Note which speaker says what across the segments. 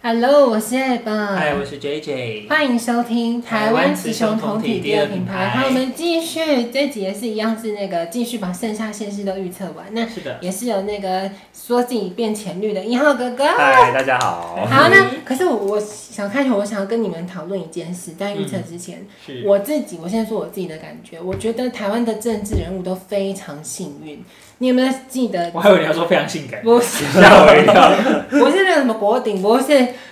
Speaker 1: Hello，我是 a b
Speaker 2: 嗯嗨，我是 JJ。
Speaker 1: 欢迎收听台湾雌雄同体第二品牌。
Speaker 2: 台湾雌
Speaker 1: 好，
Speaker 2: 雄同体第二品牌
Speaker 1: 我们继续这集也是一样，是那个继续把剩下县市都预测完。那
Speaker 2: 是的，
Speaker 1: 也是有那个说自己变浅绿的一号哥哥。
Speaker 3: 嗨，大家好。
Speaker 1: 啊好，那可是我我想开头，我想要跟你们讨论一件事，在预测之前，
Speaker 2: 是
Speaker 1: 我自己，我现在说我自己的感觉，我觉得台湾的政治人物都非常幸运。你有没有记得？
Speaker 2: 我还以为你要说非常性感，
Speaker 1: 不是，
Speaker 3: 吓我一跳！
Speaker 1: 不是那
Speaker 3: 嗯
Speaker 1: 个什么国鼎，不是，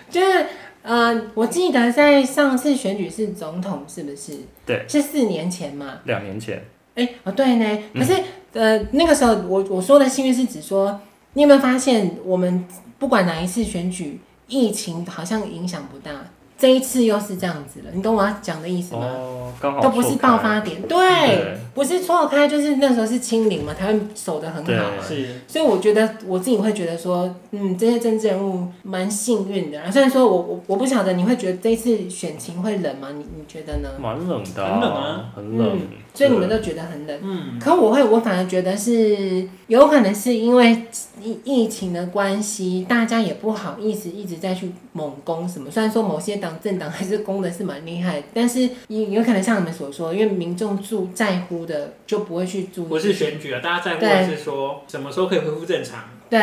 Speaker 1: 就是呃，我记得在上次选举是总统，是不是？
Speaker 3: 对，
Speaker 1: 是四年前嘛。
Speaker 3: 两年前，
Speaker 1: 哎、哦对呢，
Speaker 3: 嗯
Speaker 1: 可是、呃那个时候我我说的幸运是指说，你有没有发现我们不管哪一次选举，疫情好像影响不大，这一次又是这样子了，你懂我要讲的意思吗？
Speaker 3: 哦，刚好
Speaker 1: 都不是
Speaker 3: 错开
Speaker 1: 爆，发点，对，
Speaker 3: 对
Speaker 1: 不是错开，就是那时候是清零嘛，台湾守得很
Speaker 3: 对
Speaker 1: 好，
Speaker 2: 是
Speaker 1: 所以我觉得我自己会觉得说，嗯，这些政治人物蛮幸运的啊。虽然说我我我不晓得你会觉得这一次选情会冷吗？你你觉得呢？
Speaker 3: 蛮冷的，
Speaker 2: 很冷啊，
Speaker 3: 很冷
Speaker 1: 嗯。所以你们
Speaker 3: 对
Speaker 1: 都觉得很冷。
Speaker 2: 嗯，
Speaker 1: 可我会，我反而觉得是有可能是因为疫疫情的关系，大家也不好意思一直在去猛攻什么。虽然说某些党政党还是攻的是蛮厉害，但是也有可能像你们所说，因为民众注在乎的就不会去注意。
Speaker 2: 不是选举啊，大家在乎
Speaker 1: 对
Speaker 2: 的是说什么时候可以恢复正常。
Speaker 1: 对，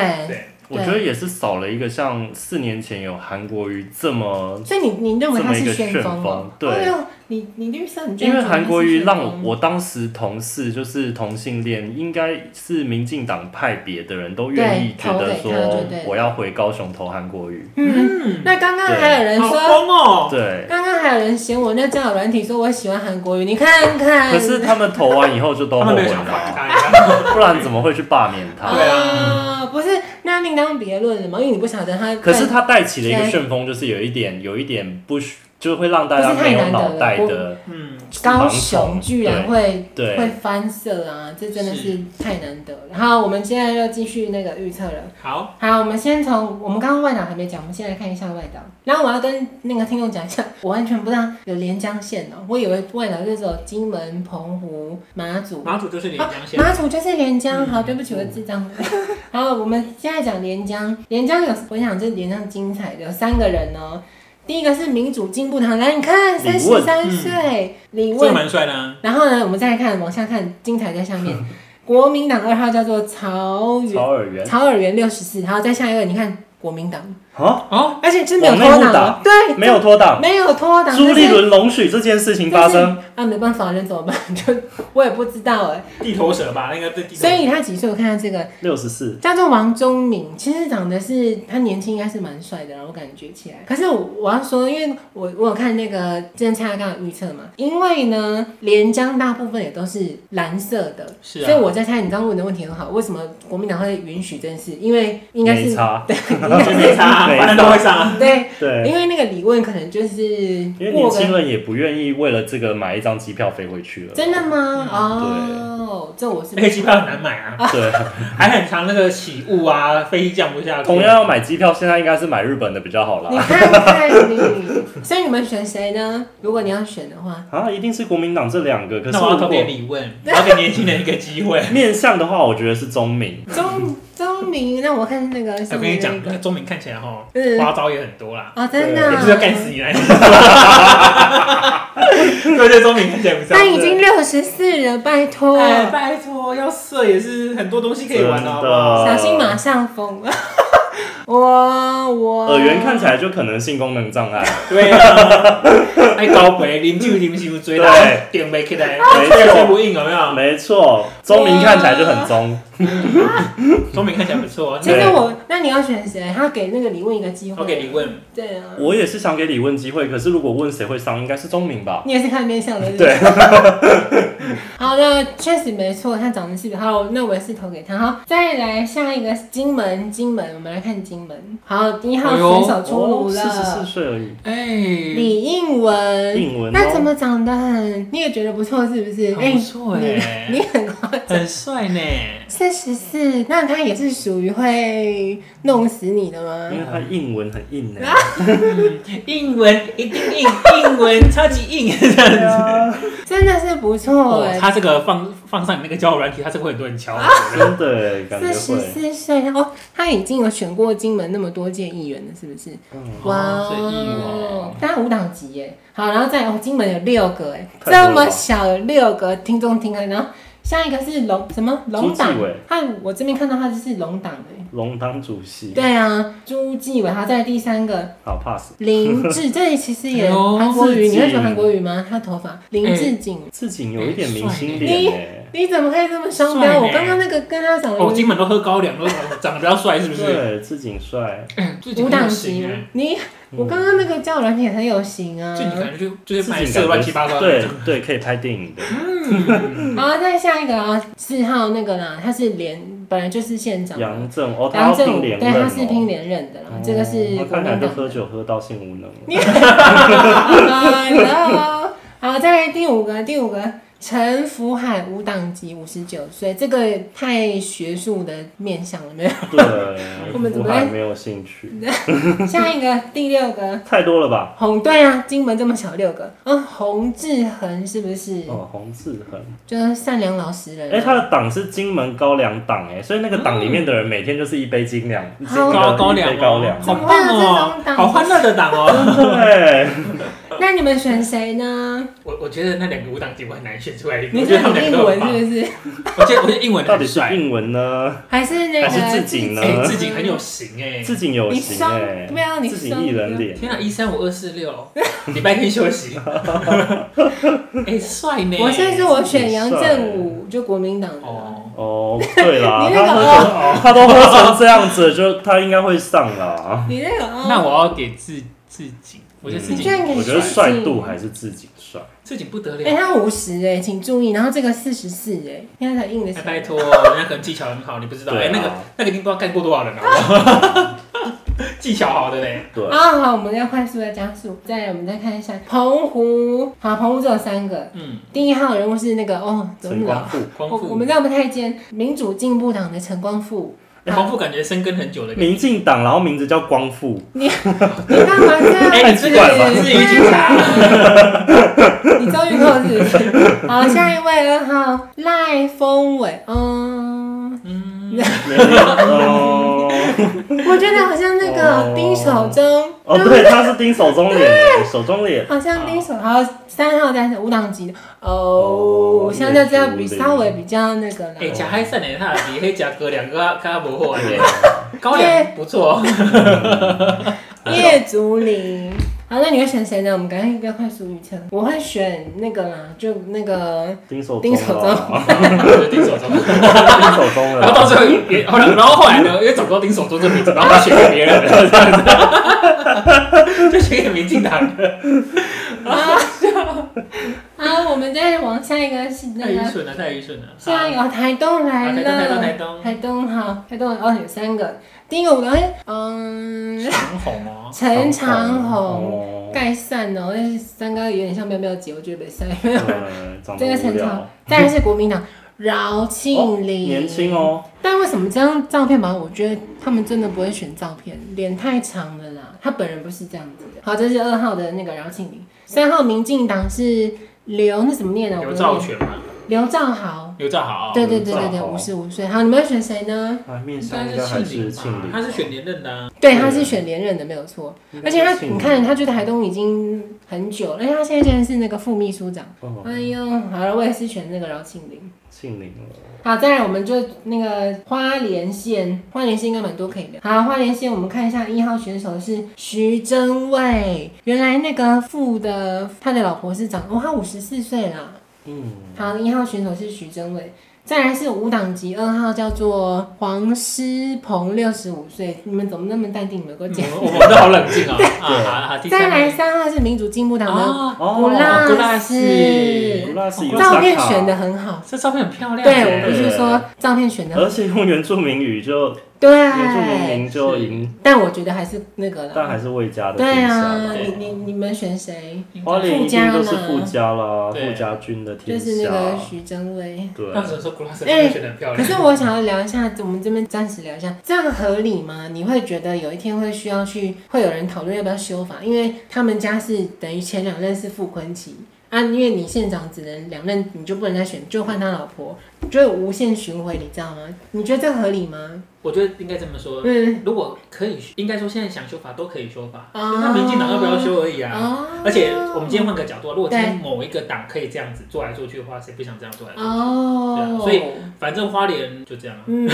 Speaker 3: 我觉得也是少了一个像四年前有韩国瑜这么，
Speaker 1: 所以你你认为他是
Speaker 3: 这么一个
Speaker 1: 风
Speaker 3: 旋
Speaker 1: 吗
Speaker 3: 风？对
Speaker 1: 哎呦你你绿色，你居
Speaker 3: 因
Speaker 1: 然
Speaker 3: 为
Speaker 1: 觉得他
Speaker 3: 韩国
Speaker 1: 是
Speaker 3: 瑜
Speaker 1: 旋
Speaker 3: 让我
Speaker 1: 风
Speaker 3: 我当时同事就是同性恋，应该是民进党派别的人都愿意
Speaker 1: 对
Speaker 3: 觉
Speaker 1: 投
Speaker 3: 得
Speaker 1: 给他
Speaker 3: 说
Speaker 1: 就对
Speaker 3: 我要回高雄投韩国瑜，
Speaker 1: 嗯，
Speaker 2: 嗯，
Speaker 1: 那刚刚还有人
Speaker 2: 好
Speaker 1: 说，
Speaker 2: 疯哦，
Speaker 3: 对。
Speaker 1: 刚刚还有人嫌我那交友软体，说我喜欢韩国瑜，你看看。
Speaker 3: 可是他们投完以后就都
Speaker 2: 他
Speaker 3: 后
Speaker 2: 们没有
Speaker 3: 悔
Speaker 2: 想反
Speaker 3: 了，
Speaker 2: 弹啊，
Speaker 3: 不然怎么会去罢免他？
Speaker 2: 对
Speaker 1: 啊，不是，那另当别论了嘛，因为你不晓得他。
Speaker 3: 可是他带起了一个旋风，就是有一点，有一点不需，就会让大家没有脑袋
Speaker 1: 可是太难
Speaker 3: 的，
Speaker 2: 嗯，
Speaker 1: 高雄居然会
Speaker 3: 对
Speaker 1: 会翻色啊，这真的是太难得了。好，我们现在要继续那个预测了。
Speaker 2: 好，
Speaker 1: 好，我们先从我们刚刚外岛还没讲，我们先来看一下外岛。然后我要跟那个听众讲一下，我完全不知道有连江县哦、我以为外岛就是有金门、澎湖、马祖。
Speaker 2: 马祖就是连江县，
Speaker 1: 马祖就是连江，
Speaker 2: 嗯
Speaker 1: 好，对不起，我智障。 好，我们现在讲连江，连江有，我想这连江精彩的有三个人哦、第一个是民主进步党，来你看，三
Speaker 3: 李
Speaker 1: 十
Speaker 3: 问
Speaker 1: 三岁，李
Speaker 2: 嗯这个
Speaker 1: 问。
Speaker 2: 蛮帅的啊，
Speaker 1: 然后呢，我们再来看往下看，精彩在下 面。国民党二号叫做曹元，
Speaker 3: 曹尔元
Speaker 1: 曹尔元六十四，好，再下一位，你看国民党，
Speaker 3: 啊，
Speaker 2: 哦，
Speaker 1: 而且是没有脱党
Speaker 3: 往
Speaker 1: 的，对，
Speaker 3: 没有脱党，
Speaker 1: 没有脱党，
Speaker 3: 朱
Speaker 1: 但
Speaker 3: 立
Speaker 1: 是
Speaker 3: 伦容许这件事情发生，
Speaker 1: 啊，没办法，能怎么办？ 就我也不知道哎。
Speaker 2: 地头蛇吧，那个对地头
Speaker 1: 所，以他几岁？我看看这个，
Speaker 3: 六十四，
Speaker 1: 叫做王忠明，其实长得是他年轻应该是蛮帅的啦，我感觉起来。可是我我要说，因为我我有看那个郑恰刚的预测嘛，因为呢，连江大部分也都是蓝色的，
Speaker 2: 是啊
Speaker 1: 所以我在猜，你刚刚问的问题很好，为什么国民党会允许这件事？因为应该
Speaker 3: 没
Speaker 1: 是
Speaker 3: 差，
Speaker 2: 就 没差啊，
Speaker 3: 没
Speaker 2: 反正都会上啊，
Speaker 1: 对，
Speaker 3: 对，
Speaker 1: 因为那个李问可能就是
Speaker 3: 因为
Speaker 1: 过
Speaker 3: 年
Speaker 1: 个
Speaker 3: 轻人也不愿意为了这个买一张机票飞回去了，
Speaker 1: 真的吗？
Speaker 3: 嗯
Speaker 1: 哦，这我是
Speaker 2: 那个机票很难买啊，
Speaker 3: 对，
Speaker 2: 还很长那个起雾啊，飞机降不下去。
Speaker 3: 同样要买机票，现在应该是买日本的比较好
Speaker 1: 你
Speaker 3: 啦。
Speaker 1: 看看你， 所以你们选谁呢？如果你要选的话，
Speaker 3: 啊，一定是国民党这两个，可是
Speaker 2: 那我要
Speaker 3: 如
Speaker 2: 特
Speaker 3: 果
Speaker 2: 别理问，我要给年轻人一个机会。
Speaker 3: 面向的话，我觉得是钟明，
Speaker 1: 钟钟明，那我看那个
Speaker 2: 哎我
Speaker 1: 上
Speaker 2: 跟
Speaker 1: 面
Speaker 2: 你
Speaker 1: 那
Speaker 2: 讲，那
Speaker 1: 个
Speaker 2: 个，钟明看起来哈，
Speaker 1: 嗯，
Speaker 2: 花招也很多啦，
Speaker 1: 哦，真的
Speaker 3: 对
Speaker 2: 也
Speaker 1: 啊，
Speaker 2: 不是要干死你来。 对对，钟明看起来不像。
Speaker 1: 他已经哦六十四了，拜托，啊
Speaker 2: 哎，拜托，要射也是很多东西可以玩的，啊好不好？
Speaker 3: 真的
Speaker 1: 小心马上疯。 我我
Speaker 3: 耳缘看起来就可能性功能障碍，
Speaker 2: 对啊，爱高杯，啉酒啉酒追到
Speaker 3: 对
Speaker 2: 顶袂起 来，
Speaker 3: 没错
Speaker 2: 这个不硬有没
Speaker 1: 哦
Speaker 2: 有？
Speaker 3: 没错，钟明看起来就很中，
Speaker 2: 钟明看起来不错，啊
Speaker 1: 其实
Speaker 3: 对
Speaker 1: 我，那你要选谁？他给那个李问一个机会。
Speaker 2: 我给你。问，
Speaker 1: 对啊，
Speaker 3: 我也是想给李问机会，可是如果问谁会上，应该是钟明吧。
Speaker 1: 你也是看面相的。对不对
Speaker 3: 对，
Speaker 1: 好的，确实没错，他长得是比好，那我也是投给他。好，再来下一个是金门，金门，我们来看金门。好，一号
Speaker 2: 哎呦
Speaker 1: 选手出炉了，
Speaker 3: 哦四十四岁而已。
Speaker 2: 哎，
Speaker 1: 李应文。
Speaker 3: 应文、哦，
Speaker 1: 那怎么长得很？你也觉得不错是不是？
Speaker 2: 很不错
Speaker 1: 哎
Speaker 2: 哎
Speaker 1: 你你很夸张。
Speaker 2: 很帅呢。
Speaker 1: 四十四，那他也是属于会弄死你的
Speaker 3: 因为
Speaker 1: 吗？
Speaker 3: 他英文很硬呢、
Speaker 1: 啊
Speaker 2: 英文一定
Speaker 1: 啊
Speaker 2: 硬，英文超级硬这样子。
Speaker 1: 真的是不错
Speaker 2: 哦
Speaker 1: 哎、，
Speaker 2: 他这个放放上你那个交友软体，他是会很多 人敲我的。
Speaker 3: 真的耶感觉
Speaker 1: 四十
Speaker 3: 会，
Speaker 1: 四岁哦，他已经有选过金门那么多届议员了，是不是？
Speaker 3: 嗯
Speaker 1: 哇
Speaker 2: 所以议员
Speaker 1: 哦，大家舞蹈级耶。好，然后再哦，金门有六个哎，
Speaker 3: 太多了
Speaker 1: 这么小有六个听众听啊了，然后下一个是龙什么龙
Speaker 3: 朱
Speaker 1: 党
Speaker 3: 继伟，
Speaker 1: 他我这边看到他就是龙党哎。
Speaker 3: 龙党主席，
Speaker 1: 对啊，朱继伟，他在第三 个
Speaker 3: 好 pass。
Speaker 1: 林志，这里其实也
Speaker 2: 哎 呦
Speaker 1: 韩国
Speaker 3: 志
Speaker 1: 语，
Speaker 3: 景
Speaker 1: 你会喜欢韩国语吗？他头
Speaker 2: 哎
Speaker 1: 发林志景，
Speaker 3: 自己有一点明星
Speaker 1: 哎
Speaker 3: 脸耶，
Speaker 1: 你怎么可以这么双
Speaker 2: 帅
Speaker 1: 标？
Speaker 2: 呢
Speaker 1: 我刚刚那个跟他讲的有
Speaker 2: 哦，
Speaker 1: 点
Speaker 2: 金门都喝高粱，都长得比较帅，是不是？
Speaker 3: 对，自己帅，
Speaker 2: 最
Speaker 1: 舞
Speaker 2: 近
Speaker 1: 蹈
Speaker 2: 很
Speaker 1: 级
Speaker 2: 行哎，，
Speaker 1: 你
Speaker 3: 嗯
Speaker 1: 我刚刚那个叫软体很有型啊。
Speaker 2: 最近可能就就是
Speaker 3: 自己
Speaker 2: 买
Speaker 3: 感
Speaker 2: 色
Speaker 3: 觉
Speaker 2: 乱七八糟的那
Speaker 3: 对
Speaker 2: 种。
Speaker 3: 对，可以拍电影的，
Speaker 1: 嗯好，再下一个啊，四号那个啦，他是连本来就是县长，
Speaker 3: 杨振哦，他
Speaker 1: 杨
Speaker 3: 要
Speaker 1: 振武，
Speaker 3: 拼
Speaker 1: 对，
Speaker 3: 连任
Speaker 1: 他是拼
Speaker 3: 哦，
Speaker 1: 连任的啦
Speaker 3: 哦，
Speaker 1: 这个是
Speaker 3: 他
Speaker 1: 国
Speaker 3: 看
Speaker 1: 民
Speaker 3: 起来
Speaker 1: 党
Speaker 3: 就
Speaker 1: 的。
Speaker 3: 喝酒喝到性无 能了，
Speaker 1: Hello，好，再来第五个，第五个。陈福海无党籍，五十九岁，这个太学术的面向了没 有？
Speaker 3: 对，
Speaker 1: 我们怎么
Speaker 3: 还
Speaker 1: 会
Speaker 3: 没有兴趣，
Speaker 1: 下一个第六个
Speaker 3: 太多了吧？
Speaker 1: 洪，对啊，金门这么小六个，嗯，洪志恒是不是？
Speaker 3: 哦，洪志恒，
Speaker 1: 就是善良老实人啊、
Speaker 3: 哎、他的党是金门高粱党，哎，所以那个党里面的人每天就是一杯金粮，金
Speaker 1: 好
Speaker 2: 高
Speaker 3: 高
Speaker 2: 高
Speaker 3: 粱，
Speaker 2: 粱
Speaker 3: 一杯高粱
Speaker 2: 哦，，好棒
Speaker 1: 真的有这种
Speaker 2: 哦，
Speaker 1: 党
Speaker 2: 好欢乐的党哦。
Speaker 3: 对，
Speaker 1: 那你们选谁呢？
Speaker 2: 我我觉得那两个舞党级我很难选出来一个，
Speaker 1: 你
Speaker 2: 我觉
Speaker 1: 选
Speaker 2: 得他们两
Speaker 1: 英
Speaker 2: 个都
Speaker 1: 文
Speaker 2: 很棒。
Speaker 1: 是不是？
Speaker 2: 我觉得我觉得英文
Speaker 3: 到底
Speaker 2: 很
Speaker 3: 是
Speaker 2: 帅，
Speaker 3: 英文呢，
Speaker 1: 还是那个
Speaker 3: 还是自己呢
Speaker 2: 哎，自己很有型哎。
Speaker 3: 自己有
Speaker 1: 你
Speaker 3: 型
Speaker 1: 双
Speaker 3: 哎，
Speaker 1: 不要你
Speaker 3: 自己
Speaker 1: 双
Speaker 3: 一人脸，
Speaker 2: 天啊，一三五二四六， 礼拜天休 息。哎，帅呢！
Speaker 1: 我现在说我选杨振武，就国民党的。啊
Speaker 2: 哦，
Speaker 3: 哦，对 啦，
Speaker 1: 你那
Speaker 3: 他
Speaker 1: 个哦
Speaker 3: 喝成他都喝成这样子，就他应该会上啦。
Speaker 1: 你那个哦，
Speaker 2: 那我要给自自己，我觉得自
Speaker 1: 你
Speaker 2: 己
Speaker 1: 居然给
Speaker 3: 嗯我觉得帅度还是自己帅，
Speaker 2: 自己不得
Speaker 1: 哎、
Speaker 2: 了。
Speaker 1: 他五十哎，请注意，然后这个四十四哎，你看才硬的
Speaker 2: 哎
Speaker 1: 起
Speaker 2: 拜
Speaker 1: 来。
Speaker 2: 托，人家可能技巧很好，你不知道。
Speaker 3: 对
Speaker 2: 哎
Speaker 3: 啊，
Speaker 2: 那个那个已经不知道干过多少人了。技巧好的嘞，
Speaker 3: 对，
Speaker 1: 啊，好，我们要快速的加速。再来，我们再看一下澎湖。好，澎湖只有三个。
Speaker 2: 嗯，
Speaker 1: 第一号人物是那个哦，怎么那
Speaker 3: 陈
Speaker 1: 么
Speaker 3: 光
Speaker 1: 老？
Speaker 3: 富，
Speaker 2: 光
Speaker 1: 我我
Speaker 2: 复
Speaker 1: 们，这样不太尖。民主进步党的陈光复，
Speaker 2: 哎光复感觉深耕很久的。
Speaker 3: 民进党，然后名字叫光复，
Speaker 1: 你干嘛这样？
Speaker 2: 哎，你这个
Speaker 1: 吧
Speaker 2: 是于警察。
Speaker 1: 你终于够是不是？好，下一位二号赖峰伟，嗯，
Speaker 2: 嗯，
Speaker 3: 哦
Speaker 1: 我觉得好像那个
Speaker 3: 哦
Speaker 1: 丁守中，
Speaker 3: 哦，
Speaker 1: 对不对
Speaker 3: 对，他是丁手中脸 哎，手中脸。
Speaker 1: 好像丁守，还有三号单是无党籍的哦，
Speaker 3: 哦
Speaker 1: 相较之下比
Speaker 3: 也是
Speaker 1: 稍微比较那个啦。
Speaker 2: 哎，假嗨散嘞，他比黑假哥两个他不好嘞，高粱不错。哦
Speaker 1: 叶竹林，好，那你会选谁呢？我们赶快一个快速预测。我会选那个啦，就那 个
Speaker 3: 丁守
Speaker 1: 丁守中
Speaker 3: 啊
Speaker 2: 丁手中，
Speaker 3: 丁守中
Speaker 2: 然后到
Speaker 3: 了，
Speaker 2: 最后也后来，然后后来呢，因为找不到丁守中这名字，然后他选给别人 了，这样子，就选给民进党的。
Speaker 1: 啊。好，我们再往下一个是那
Speaker 2: 太愚
Speaker 1: 个
Speaker 2: 蠢了，太愚蠢了。
Speaker 1: 下一个哦台东来
Speaker 2: 啊台东
Speaker 1: 了，
Speaker 2: 台东台东
Speaker 1: 台东好，台东哦有三个，第一个我刚才嗯
Speaker 2: 长虹哦，
Speaker 1: 陈长虹
Speaker 3: 哦
Speaker 1: 盖善哦，但是三个有点像喵喵姐，我觉得被晒。
Speaker 3: 对，长
Speaker 1: 这
Speaker 3: 得
Speaker 1: 个
Speaker 3: 无
Speaker 1: 陈长
Speaker 3: 聊，，
Speaker 1: 再来是国民党饶庆林，
Speaker 3: 年轻。哦，
Speaker 1: 但为什么这张照片吧？我觉得他们真的不会选照片，脸太长了啦。他本人不是这样子的。好，这是二号的那个饶庆林，三号民进党是刘，那怎么念啊？我
Speaker 2: 刘
Speaker 1: 不
Speaker 2: 兆
Speaker 1: 念
Speaker 2: 全嘛，
Speaker 1: 刘兆豪。
Speaker 2: 刘兆豪。
Speaker 1: 对对
Speaker 3: 嗯
Speaker 1: 对对对，
Speaker 3: 刘兆豪
Speaker 1: 五十五岁。好，你们要选谁呢？
Speaker 3: 啊，面
Speaker 2: 应
Speaker 3: 相
Speaker 2: 该
Speaker 3: 应该还
Speaker 2: 是
Speaker 3: 是
Speaker 2: 庆
Speaker 3: 庆
Speaker 2: 龄吧
Speaker 3: 龄，，
Speaker 2: 他是选连任的啊。
Speaker 1: 对，他是选连任的，没有错。
Speaker 3: 应该
Speaker 1: 而
Speaker 3: 是
Speaker 1: 且他，
Speaker 3: 庆龄
Speaker 1: 你看，他去台东已经很久了，而且他现在竟然是那个副秘书长。
Speaker 3: 哦
Speaker 1: 哎呦，好了，我也是选那个饶庆林。
Speaker 3: 庆龄了，
Speaker 1: 好，再来我们就那个花莲县，花莲县应该蛮多可以聊。好，花莲县我们看一下一号选手是徐真卫，原来那个副的他的老婆是长，哦，他五十四岁啦。
Speaker 3: 嗯，
Speaker 1: 好，一号选手是徐真卫，再来是五党籍二号叫做黄诗鹏，六十五岁。你们怎么那么淡定？你们给我
Speaker 2: 嗯
Speaker 1: 讲。
Speaker 2: 我们都好冷 静啊。啊好好，第
Speaker 1: 再
Speaker 2: 三
Speaker 1: 来
Speaker 2: 位。
Speaker 1: 三号是民主进步党的
Speaker 2: 哦，
Speaker 1: 古
Speaker 2: 哦古
Speaker 1: 拉
Speaker 2: 拉
Speaker 1: 斯，
Speaker 2: 斯
Speaker 3: 古拉斯有
Speaker 1: 照片
Speaker 3: 打卡
Speaker 1: 选的，很好。
Speaker 2: 这照片很漂亮。
Speaker 1: 对，我必
Speaker 3: 不
Speaker 1: 须
Speaker 3: 是
Speaker 1: 说照片选的
Speaker 3: 而且用原住民语就
Speaker 1: 对。
Speaker 3: 呃原住民名就赢，
Speaker 1: 但我觉得还是那个
Speaker 3: 但
Speaker 1: 了。
Speaker 3: 还是魏家的
Speaker 1: 对
Speaker 3: 天下
Speaker 1: 啊，
Speaker 3: 啦。
Speaker 1: 你你你们选谁？
Speaker 3: 花莲一定都是
Speaker 1: 附
Speaker 3: 傅家啦，
Speaker 2: 对
Speaker 3: 傅家军的
Speaker 1: 就
Speaker 3: 天
Speaker 1: 是那个
Speaker 3: 下，
Speaker 1: 徐峥威。
Speaker 3: 对，
Speaker 2: 当时说古拉斯真的选的很漂
Speaker 1: 可
Speaker 2: 亮。
Speaker 1: 是我想要聊一下，我们这边暂时聊一下，这样合理吗？你会觉得有一天会需要去，会有人讨论要不要修法，因为他们家是等于前两任是傅坤奇。啊，因为你县长只能两任，你就不能再选，就换他老婆，就会无限循环，你知道吗？你觉得这合理吗？
Speaker 2: 我觉得应该这么说。
Speaker 1: 嗯，
Speaker 2: 如果可以，应该说现在想修法都可以修法，
Speaker 1: 啊
Speaker 2: 就看民进党要不要修而已啊。
Speaker 1: 哦
Speaker 2: 而且我们今天换个角度，如果今天
Speaker 1: 对
Speaker 2: 某一个党可以这样子做来做去的话，谁不想这样做来做去？
Speaker 1: 哦，
Speaker 2: 对啊所以反正花莲就这样啊。
Speaker 1: 嗯，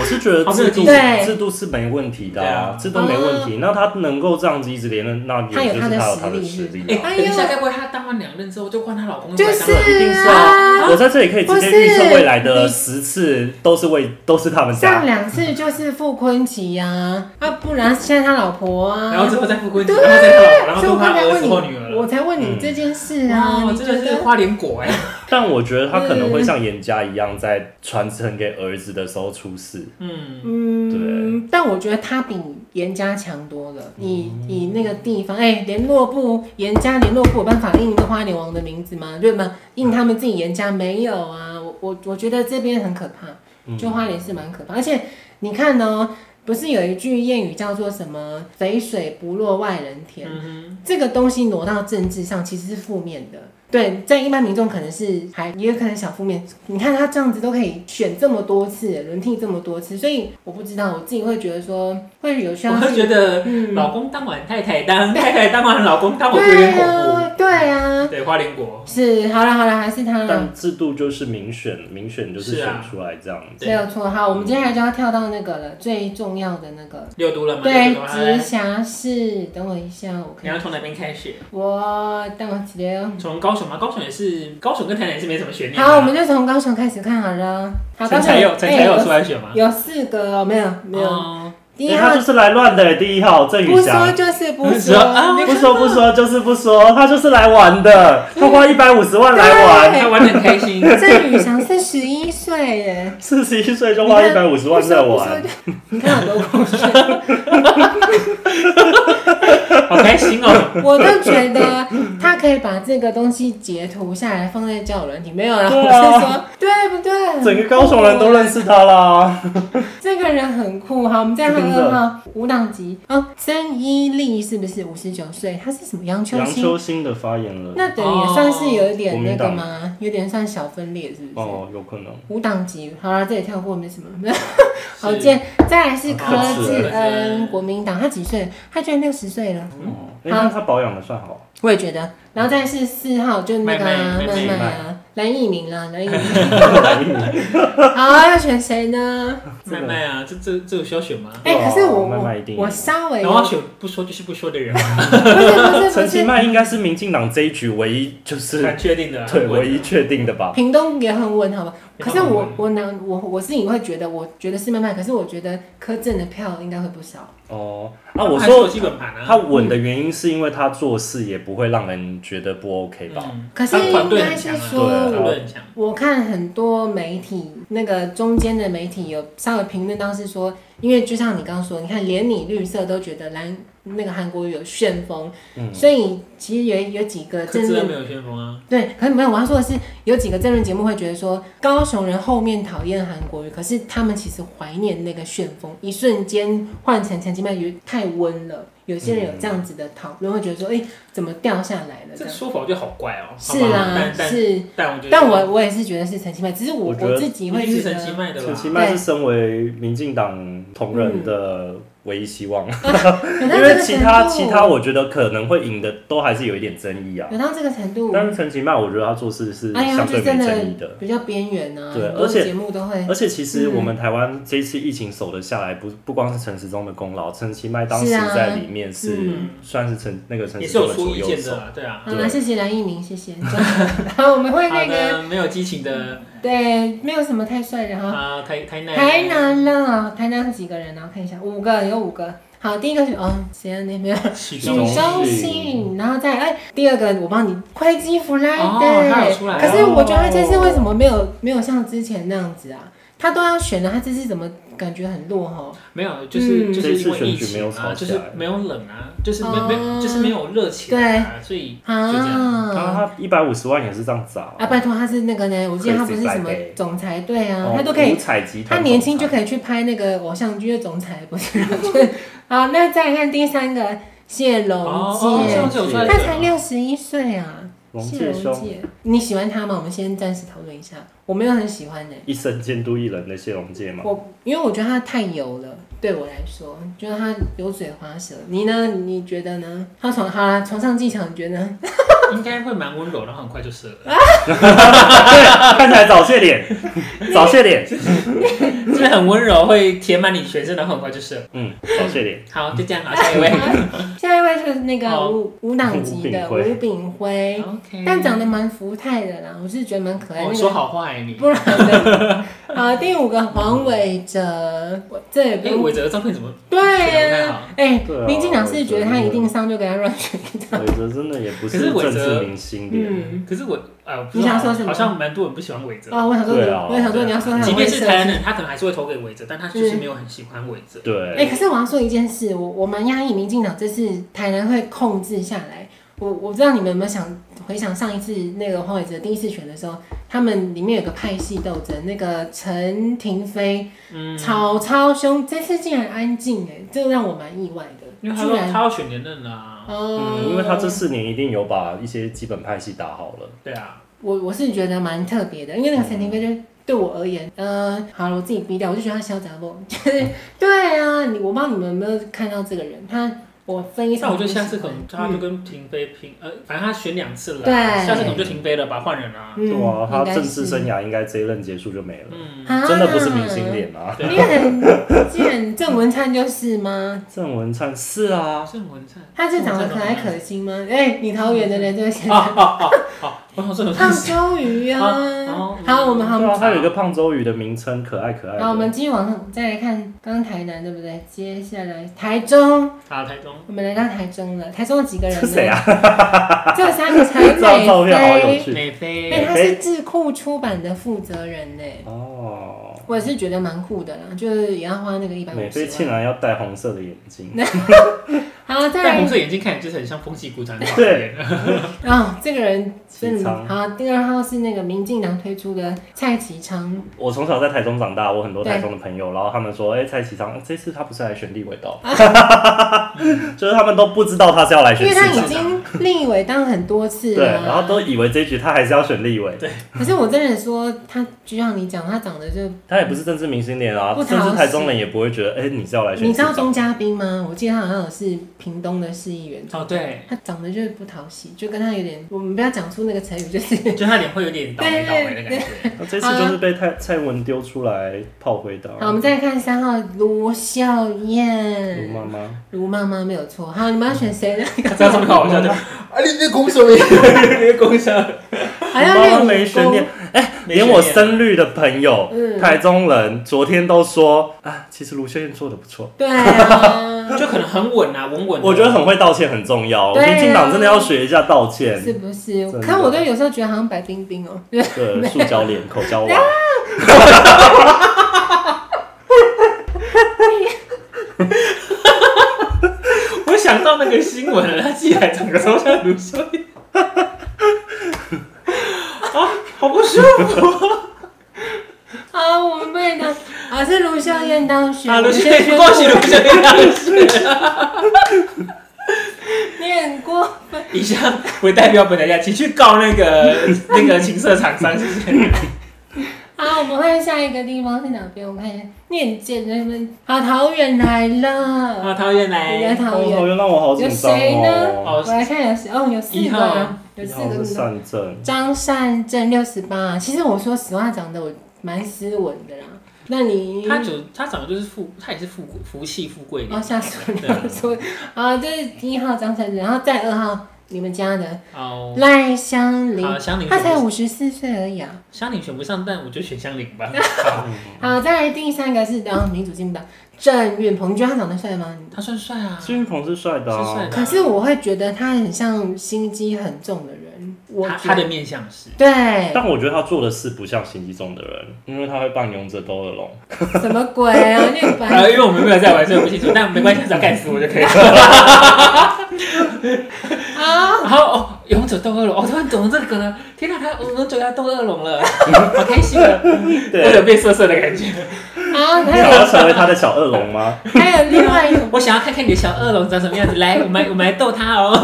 Speaker 3: 我是觉得
Speaker 2: 好没有
Speaker 3: 制度
Speaker 1: 竞争
Speaker 3: 制度是没问题的、
Speaker 2: 对啊
Speaker 3: 制度没问题。那他能够这样子一直连任，那
Speaker 1: 哦他有
Speaker 3: 也就
Speaker 1: 他
Speaker 3: 是
Speaker 1: 的
Speaker 3: 他有
Speaker 1: 实
Speaker 3: 他的
Speaker 1: 力
Speaker 3: 实
Speaker 1: 是
Speaker 3: 力、啊。
Speaker 1: 哎
Speaker 2: 等一下，
Speaker 1: 呦，
Speaker 2: 该不会他当完两任之后就换她老公
Speaker 1: 就
Speaker 2: 来当
Speaker 1: 是
Speaker 2: 了？
Speaker 3: 一定是
Speaker 1: 啊，
Speaker 3: 我在这里可以直接预测未来的
Speaker 1: 不
Speaker 3: 十次都是为都是他们
Speaker 1: 上
Speaker 3: 家。
Speaker 1: 两次就是傅昆奇呀、啊，啊，不然现在他老婆啊，
Speaker 2: 然后之后再复婚，
Speaker 1: 对
Speaker 2: 然后再她老婆，然后
Speaker 1: 所以
Speaker 2: 都
Speaker 1: 我
Speaker 2: 她
Speaker 1: 刚才
Speaker 2: 儿
Speaker 1: 问
Speaker 2: 子
Speaker 1: 你，
Speaker 2: 或女儿了。
Speaker 1: 我才问你
Speaker 3: 嗯
Speaker 1: 这件事啊，
Speaker 2: 嗯哇
Speaker 1: 你
Speaker 2: 真
Speaker 1: 觉
Speaker 2: 的是
Speaker 1: 得？
Speaker 2: 花莲果哎！
Speaker 3: 但我觉得他可能会像严家一样，在传承给儿子的时候出事。
Speaker 2: 嗯，
Speaker 1: 嗯，但我觉得他比严家强多了。以以那个地方，哎、联络部严家联络部有办法印一个花莲王的名字吗？对吗？印他们自己严家没有啊？我我我觉得这边很可怕，
Speaker 3: 嗯
Speaker 1: 就花莲是蛮可怕。而且你看哦，不是有一句谚语叫做什么“肥水不落外人田”？
Speaker 2: 嗯
Speaker 1: 这个东西挪到政治上其实是负面的。对，在一般民众可能是还也有可能想负面。你看他这样子都可以选这么多次，轮替这么多次，所以我不知道我自己会觉得说会有需
Speaker 2: 哼，
Speaker 1: 要
Speaker 2: 我会
Speaker 1: 去。
Speaker 2: 觉得
Speaker 1: 嗯
Speaker 2: 老公当完太太当， 太太当完老公当，我觉得有
Speaker 1: 对
Speaker 2: 点恐
Speaker 1: 啊，对啊
Speaker 2: 怖。，对，花莲果
Speaker 1: 是好了好了，还是他
Speaker 2: 嗯
Speaker 1: 啦
Speaker 3: 但制度就是民选，民选就是
Speaker 2: 是
Speaker 3: 选
Speaker 2: 啊
Speaker 3: 出来这样子。
Speaker 2: 对
Speaker 1: 没有错。好，我们接下来就要跳到那个了，最重要的那个。
Speaker 2: 六都了吗？
Speaker 1: 对
Speaker 2: 六都，了
Speaker 1: 直
Speaker 2: 吗
Speaker 1: 辖市，等我一下，我
Speaker 2: 你
Speaker 1: 看
Speaker 2: 要从哪边开始？
Speaker 1: 我等我几秒。
Speaker 2: 从高雄吗？高雄也是，高雄跟台南也是没什么悬念啊。
Speaker 1: 好，我们就从高雄开始看好了。好，高
Speaker 2: 陈
Speaker 1: 雄
Speaker 2: 才有陈才
Speaker 1: 哎
Speaker 2: 有出来选吗？
Speaker 1: 有四个哦，没有没有。
Speaker 2: 哦
Speaker 1: 第一
Speaker 3: 因为
Speaker 1: 号
Speaker 3: 他就是来乱的。第一号郑宇
Speaker 1: 不说
Speaker 3: 翔，
Speaker 1: 就是不
Speaker 2: 是
Speaker 1: 说，
Speaker 2: 啊
Speaker 1: 那个
Speaker 3: 不 说不说就是不说，他就是来玩的。他花一百五十万来
Speaker 1: 对
Speaker 3: 玩，
Speaker 2: 他玩的很 开心。
Speaker 1: 郑宇翔是十一岁耶，
Speaker 3: 四十一岁就花一百五十万在哎
Speaker 1: 不说
Speaker 3: 玩。
Speaker 1: 不说就你看我多空虚，
Speaker 2: 好开心哦！
Speaker 1: 我都觉得他可以把这个东西截图下来放在交友软体，没有啦，
Speaker 3: 对
Speaker 1: 我
Speaker 3: 啊
Speaker 1: 是说对不对？哦
Speaker 3: 整个高雄人都认识他啦。
Speaker 1: 这个人很酷。好，我们再看
Speaker 3: 真的
Speaker 1: 二号无党籍哦，曾伊利是不是五十九岁？他是什么杨秋
Speaker 3: 杨
Speaker 1: 兴？
Speaker 3: 秋兴的发言了。
Speaker 1: 那等于也算是有一
Speaker 3: 哦
Speaker 1: 点那
Speaker 3: 国
Speaker 1: 个
Speaker 3: 民党
Speaker 1: 吗？有点算小分裂是不是？
Speaker 3: 哦，有可能。
Speaker 1: 无党籍，好了，这也跳过没什么。 好，
Speaker 2: 是
Speaker 1: 见，再来是柯
Speaker 3: 好
Speaker 1: 志
Speaker 2: 柯志
Speaker 1: 恩，
Speaker 2: 恩
Speaker 1: 国民党，他几岁？他居然六十岁了，
Speaker 3: 哦，哎，那他保养的算好。啊
Speaker 1: 我也觉得。然后再来是四号，就那个啊麦
Speaker 2: 麦麦麦
Speaker 1: 麦
Speaker 2: 麦
Speaker 1: 啊，蓝奕明啦，蓝奕 明。好，要选谁呢？
Speaker 2: 麦麦啊，这这这有需要选吗？
Speaker 1: 哎，
Speaker 3: 哇
Speaker 1: 可是我
Speaker 3: 麦麦
Speaker 1: 我
Speaker 3: 一定
Speaker 1: 我稍微
Speaker 2: 然
Speaker 1: 有，
Speaker 2: 后要
Speaker 1: 不
Speaker 2: 选不说就是不说的人，
Speaker 1: 是不是
Speaker 3: 陈
Speaker 1: 不
Speaker 3: 其
Speaker 1: 是，
Speaker 3: 迈应该是民进党这一局唯一就是
Speaker 2: 蛮确定的啊。
Speaker 3: 对
Speaker 2: 我
Speaker 3: 唯一确定的吧。
Speaker 1: 屏东也很稳，好吧？
Speaker 2: 屏
Speaker 1: 可
Speaker 2: 东
Speaker 1: 是
Speaker 2: 很稳
Speaker 1: 我我能我我自己会觉得，我觉得是麦麦，可是我觉得柯震的票应该会不少。
Speaker 3: 哦，啊，我
Speaker 2: 还是有
Speaker 3: 说
Speaker 2: 基本盘啊，
Speaker 3: 他稳的原因是因为他做事也不会让人觉得不 OK 吧？
Speaker 2: 嗯
Speaker 1: 可是
Speaker 2: 他
Speaker 1: 应
Speaker 2: 团队
Speaker 1: 该
Speaker 2: 很强
Speaker 1: 是
Speaker 2: 啊，
Speaker 1: 说
Speaker 3: 对
Speaker 2: 团
Speaker 1: 我
Speaker 2: 队很强。
Speaker 1: 我看很多媒体，那个中间的媒体有稍微评论到是说，因为就像你刚刚说，你看连你绿色都觉得蓝那个韩国瑜有旋风，
Speaker 3: 嗯
Speaker 1: 所以其实有有几个
Speaker 2: 柯
Speaker 1: 政
Speaker 2: 志
Speaker 1: 论
Speaker 2: 恩没有旋风啊，
Speaker 1: 对，可是呃没有我要说的是，有几个政论节目会觉得说，高雄人后面讨厌韩国瑜，可是他们其实怀念那个旋风，一瞬间换成陈其迈，有太温了。有些人有这样子的讨论，会觉得说，哎、怎么掉下来了？这
Speaker 2: 这
Speaker 1: 样
Speaker 2: 说法我觉得好怪哦。好
Speaker 1: 是
Speaker 2: 吧
Speaker 1: 啊
Speaker 2: 但，但
Speaker 1: 是。
Speaker 2: 但我觉得，
Speaker 1: 但我我也是觉得是陈其迈，只是我
Speaker 3: 我觉得
Speaker 1: 我自己
Speaker 2: 一
Speaker 1: 会
Speaker 2: 定是
Speaker 1: 觉
Speaker 2: 陈其
Speaker 1: 得，
Speaker 2: 迈的
Speaker 3: 陈
Speaker 2: 啦。
Speaker 3: 其迈是身为民进党同仁
Speaker 1: 嗯
Speaker 3: 的唯一希望，啊
Speaker 1: 有到
Speaker 3: 因
Speaker 1: 这
Speaker 3: 为
Speaker 1: 个
Speaker 3: 其
Speaker 1: 程
Speaker 3: 他
Speaker 1: 度
Speaker 3: 其他我觉得可能会赢的都还是有一点争议啊。
Speaker 1: 有到这个程度，
Speaker 3: 但是陈其迈，我觉得他做事是
Speaker 1: 哎呀，
Speaker 3: 相对
Speaker 1: 就
Speaker 3: 没
Speaker 1: 真
Speaker 3: 争议
Speaker 1: 的哎
Speaker 3: 的。
Speaker 1: 比较边缘啊，
Speaker 3: 对
Speaker 1: 很多
Speaker 3: 而且
Speaker 1: 节目都会
Speaker 3: 而且其实我
Speaker 1: 嗯
Speaker 3: 们台湾这一次疫情守得下来，不不光是陈时中的功劳，陈其迈当时
Speaker 1: 是啊
Speaker 3: 在里面是
Speaker 1: 嗯
Speaker 3: 算是陈那个陈
Speaker 2: 也
Speaker 3: 时
Speaker 2: 是
Speaker 3: 中
Speaker 2: 有
Speaker 3: 的
Speaker 2: 出
Speaker 3: 左
Speaker 2: 意
Speaker 3: 右
Speaker 2: 见
Speaker 3: 手
Speaker 2: 的。啦，对啊。
Speaker 1: 好
Speaker 3: 对
Speaker 1: 了，谢谢梁一鸣，谢 谢。这样好，我们会
Speaker 2: 好
Speaker 1: 那个
Speaker 2: 的，没有激情的
Speaker 1: 对，没有什么太帅的哈。
Speaker 2: 啊，台台南
Speaker 1: 嗯台南了，台南是几个人呢？啊我看一下，五个，有五个。好，第一个是哦，谁啊？那没有
Speaker 2: 许
Speaker 1: 许
Speaker 3: 忠
Speaker 2: 忠
Speaker 1: 忠
Speaker 3: 信
Speaker 1: 信，然后再哎，第二个我帮你，会基弗莱德。
Speaker 2: 哦他有出来
Speaker 1: 可是我觉得他这次
Speaker 3: 哦
Speaker 1: 为什么没有没有像之前那样子啊？他都要选了，他这次怎么感觉很落后？
Speaker 2: 没有，就是、
Speaker 1: 嗯
Speaker 2: 就是因为疫
Speaker 3: 这一次选举没
Speaker 2: 情
Speaker 3: 有
Speaker 2: 啊，
Speaker 3: 吵
Speaker 2: 就
Speaker 3: 起来
Speaker 2: 是没有冷啊，就是没没、
Speaker 1: 哦
Speaker 2: 就是没有热情啊，所以就这样。
Speaker 3: 然
Speaker 1: 啊
Speaker 3: 后他一百五十万也是这样砸、
Speaker 1: 啊！拜托，他是那个呢，我记得他不是
Speaker 3: Crazy
Speaker 1: 什么
Speaker 3: Friday
Speaker 1: 总裁队啊
Speaker 3: 哦，
Speaker 1: 他都可以
Speaker 3: 五彩集团
Speaker 1: 他
Speaker 3: 总裁，
Speaker 1: 年轻就可以去拍那个偶像剧的总裁，不是？就是好，那再来看第三个谢龙
Speaker 2: 哦
Speaker 1: 介，
Speaker 2: 哦，上次有出来
Speaker 1: 他
Speaker 2: 选
Speaker 1: 才
Speaker 2: 啊，
Speaker 1: 六十一岁啊，
Speaker 3: 龙
Speaker 1: 谢
Speaker 3: 介兄
Speaker 1: 介，你喜欢他吗？我们先暂时讨论一下。我没有很喜欢呢、
Speaker 3: 一生监督一人的谢龙介嘛，
Speaker 1: 我因为我觉得他太油了，对我来说，觉得他油嘴滑舌。你呢？你觉得呢？他床他床上技巧，你觉得呢？
Speaker 2: 哦应该会蛮温柔，然后很快就射了。
Speaker 3: 看起来啊早泄脸， 早泄脸，
Speaker 2: 就是很温柔，会填满你全身，然后很快就射了。
Speaker 3: 嗯，早泄脸，
Speaker 2: 好，就这样，好，啊下 一位。
Speaker 1: 下一位是那个
Speaker 2: 好
Speaker 1: 无无党籍的吴
Speaker 3: 吴炳辉嗯
Speaker 1: 炳辉，
Speaker 2: OK，
Speaker 1: 但长得蛮福态的啦，我是觉得蛮
Speaker 3: 哦
Speaker 1: 可爱。
Speaker 2: 我
Speaker 1: 那
Speaker 2: 说
Speaker 1: 个
Speaker 2: 好话哎，你。
Speaker 1: 不然的， 好，第五个黄伟哲，我这也不
Speaker 2: 哎，
Speaker 1: 用
Speaker 2: 伟哲的照片怎么？
Speaker 1: 对
Speaker 2: 写得不太
Speaker 1: 呀
Speaker 2: 好、
Speaker 1: 哎、
Speaker 3: 对啊
Speaker 1: 民进党是觉得他一定
Speaker 3: 我
Speaker 1: 上就给他乱选一张，
Speaker 3: 韦哲真的也不
Speaker 2: 可
Speaker 3: 是
Speaker 2: 是韦
Speaker 3: 政
Speaker 2: 哲
Speaker 3: 治明星脸，
Speaker 1: 嗯，
Speaker 2: 可是我，呃，不
Speaker 1: 你
Speaker 2: 知道
Speaker 1: 想说什么
Speaker 2: 好像蛮多人不喜欢伟哲。
Speaker 1: 哦，我想说你，
Speaker 3: 对啊
Speaker 1: 我想说你要说他
Speaker 2: 即
Speaker 1: 很
Speaker 2: 便
Speaker 1: 会
Speaker 2: 是
Speaker 1: 设
Speaker 2: 台湾
Speaker 1: 计。
Speaker 2: 人，他可能还是会投给伟哲，但他就是没有很喜欢伟哲。
Speaker 1: 哎、
Speaker 3: 对，
Speaker 1: 可是我要说一件事，我我蛮压抑，民进党这次台南会控制下来。我我不知道你们有没有想回想上一次那个黄伟哲第一次选的时候，他们里面有个派系斗争，那个陈廷飞、
Speaker 2: 嗯，
Speaker 1: 曹操兄，这次竟然安静哎、这让我蛮意外
Speaker 2: 因
Speaker 1: 的，
Speaker 2: 为他
Speaker 1: 居
Speaker 2: 说
Speaker 1: 然
Speaker 2: 他要选连任啊。
Speaker 1: 哦、
Speaker 3: 嗯，因为他这四年一定有把一些基本派系打好了，
Speaker 2: 对啊，
Speaker 1: 我我是觉得蛮特别的，因为
Speaker 2: 嗯
Speaker 1: 那个陈廷飞就对我而言，呃，好了，我自己逼掉，我就觉得他小杂不， 就是对啊，你我不知道你们有没有看到这个人，他我非
Speaker 2: 那
Speaker 1: 常
Speaker 2: 我
Speaker 1: 不
Speaker 2: 觉得
Speaker 1: 喜欢，
Speaker 2: 下次可能他就跟停飞拼，呃，反正他选两次了，
Speaker 1: 嗯
Speaker 2: 啊
Speaker 1: 对
Speaker 2: 下次可能就停飞了吧，换人啊。
Speaker 1: 嗯，
Speaker 3: 对啊，他
Speaker 1: 应该啊
Speaker 3: 政治生涯应该这一任结束就没了，
Speaker 2: 嗯，
Speaker 1: 是
Speaker 3: 真的不是明星，脸啊，
Speaker 1: 因为很见郑文灿就是吗？
Speaker 3: 郑文灿是啊，
Speaker 2: 郑文灿，
Speaker 1: 他是长得可爱可亲吗？哎、你桃园的人对现
Speaker 2: 嗯啊
Speaker 1: 在
Speaker 2: 啊啊啊！我想郑 文
Speaker 1: 胖
Speaker 2: 灿，
Speaker 1: 周瑜啊
Speaker 2: 哦，
Speaker 1: 好，我们好，
Speaker 3: 对啊，
Speaker 1: 好，
Speaker 3: 他有一个胖周瑜的名称，可爱可爱的，
Speaker 1: 我们继续往上再来看，刚刚台南对不对？接下来台中。
Speaker 2: 好，台中，
Speaker 1: 我们来到台中了，台中有几个人？
Speaker 3: 是谁？啊？
Speaker 1: 这三个才
Speaker 3: 这张照片好有
Speaker 1: 美
Speaker 3: 趣
Speaker 2: 美
Speaker 1: 菲，
Speaker 2: 菲，
Speaker 1: 哎，他是智库出版的负责人呢，
Speaker 3: 哦。
Speaker 1: 我也是觉得蛮酷的啦，就是也要花那个一百
Speaker 3: 美
Speaker 1: 五
Speaker 3: 菲啊
Speaker 1: 十
Speaker 3: 竟
Speaker 1: 万。
Speaker 3: 然要戴红色的眼镜，
Speaker 1: 好，再
Speaker 2: 戴红
Speaker 1: 来
Speaker 2: 色眼镜看起来就是很像风纪股长的画
Speaker 3: 对
Speaker 2: 面。
Speaker 1: 啊，这个人真
Speaker 3: 启
Speaker 1: 的
Speaker 3: 昌
Speaker 1: 好。第二号是那个民进党推出的蔡启昌，
Speaker 3: 我从小在台中长大，我很多台中的朋友，然后他们说，哎、蔡其昌这次他不是来选立委的、哦， 就是他们都不知道他是要来
Speaker 1: 啊因为
Speaker 3: 选
Speaker 1: 他
Speaker 3: 市
Speaker 1: 已
Speaker 3: 长，
Speaker 1: 经立委当很多次
Speaker 3: 对，
Speaker 1: 了啊，
Speaker 3: 然后都以为这一局他还是要选立委，
Speaker 1: 可是我真的说他，就像你讲，他长得就
Speaker 3: 他也不是政治明星脸啊
Speaker 1: 不，讨
Speaker 3: 甚
Speaker 1: 喜
Speaker 3: 至台中人也不会觉得，哎、你是要来选
Speaker 1: 你
Speaker 3: 市
Speaker 1: 知道
Speaker 3: 长，
Speaker 1: 钟嘉宾吗？我记得他好像有是屏东的市议员，
Speaker 2: 哦，对，
Speaker 1: 他长得就是不讨喜，就跟他有点，我们不要讲出那个成语，就是
Speaker 2: 就他脸会有点倒霉倒霉的感觉。
Speaker 3: 那这次就是被蔡蔡文丢出来炮灰的、
Speaker 1: 好，我们再看三号卢笑
Speaker 3: 卢
Speaker 1: 燕，
Speaker 3: 妈妈，
Speaker 1: 卢妈妈没有错。好，你们要选 谁呢？
Speaker 2: 这样这么搞笑就啊！ 你在攻什么？你在攻什么？
Speaker 1: 还要
Speaker 3: 卢妈妈
Speaker 1: 练
Speaker 3: 没
Speaker 1: 武
Speaker 3: 选
Speaker 1: 功
Speaker 3: 念，，连我深绿的朋友，
Speaker 1: 嗯
Speaker 3: 台中人昨天都说，啊，其实卢秀燕做的不错。
Speaker 1: 对 啊，
Speaker 2: 就可能很稳啊，稳稳。
Speaker 3: 我觉得很会道歉很重要，
Speaker 1: 对啊
Speaker 3: 民进党真的要学一下道歉。
Speaker 1: 是不是？
Speaker 3: 真的
Speaker 1: 可我都有时候觉得好像白冰冰哦、
Speaker 3: 对，塑胶脸、口交
Speaker 1: 啊
Speaker 3: 王，
Speaker 2: 我想到那个新闻了，他寄来整个都像卢秀燕。 啊，好不舒服！
Speaker 1: 啊，我们被当啊是卢笑燕当选，
Speaker 2: 啊，卢
Speaker 1: 我们
Speaker 2: 秀
Speaker 1: 先
Speaker 2: 燕，恭喜
Speaker 1: 宣
Speaker 2: 卢
Speaker 1: 布
Speaker 2: 秀燕 当选。
Speaker 1: 你很过分。
Speaker 2: 以上为代表本台家，请去告 那个那个情色厂商，谢谢。
Speaker 1: 好，我们看下一个地方是哪边？我看一下，念剑那边。好，桃园来
Speaker 2: 啊，
Speaker 1: 了，
Speaker 2: 陶燕
Speaker 1: 你哦来
Speaker 2: 来，
Speaker 1: 桃
Speaker 3: 哦
Speaker 1: 园
Speaker 3: 桃。园让我好紧张
Speaker 1: 有谁呢
Speaker 3: 哦。
Speaker 1: 我
Speaker 2: 哦，
Speaker 1: 来看有谁哦，有四
Speaker 2: 一
Speaker 1: 个
Speaker 2: 号
Speaker 1: 啊，有啊
Speaker 3: 一
Speaker 1: 四
Speaker 3: 号
Speaker 1: 个
Speaker 3: 是
Speaker 1: 是吧。
Speaker 3: 善政，
Speaker 1: 张善正六十八，啊其实我说实话，长得我蛮斯文的啦。那你
Speaker 2: 他就他长得就是富，他也是富福气富贵
Speaker 1: 哦，
Speaker 2: 的
Speaker 1: 下次
Speaker 2: 对
Speaker 1: 我说啊，这是第一号张善正，然后再二号你们家的
Speaker 2: 哦。
Speaker 1: 赖香林
Speaker 2: 好，，香菱
Speaker 1: 他
Speaker 2: 选
Speaker 1: 才
Speaker 2: 不
Speaker 1: 五十四岁而已啊。
Speaker 2: 香菱选不上，但我就选香菱吧。
Speaker 1: 好，再来第三个是啊，民主进步党郑运鹏，你觉得他长得帅吗？
Speaker 2: 他算帅啊，
Speaker 3: 朱云鹏是帅的
Speaker 2: 是帅
Speaker 3: 啊
Speaker 2: 的，
Speaker 1: 可是我会觉得他很像心机很重的人，我
Speaker 2: 他
Speaker 1: 觉
Speaker 2: 他
Speaker 1: 得
Speaker 2: 的面相是
Speaker 1: 对
Speaker 3: 但我觉得他做的事不像行迹中的人，因为他会扮勇者斗恶龙。
Speaker 1: 什么鬼 啊？那个白
Speaker 2: 啊，因为我们没有在玩，所以不清楚。但没关系，只要干死我就可以了。
Speaker 1: 啊！
Speaker 2: 然后哦，勇者斗恶龙，我突然懂这个了。天哪，他勇者要斗恶龙了，好开心啊！我有
Speaker 3: 对，
Speaker 2: 被色色的感觉。
Speaker 1: 好，
Speaker 3: 你
Speaker 1: 啊还
Speaker 3: 想
Speaker 1: 有
Speaker 3: 要成为他的小恶龙吗？
Speaker 1: 还有另外一个
Speaker 2: 我想要看看你的小恶龙长什么样子，来，我们来我们来逗他哦。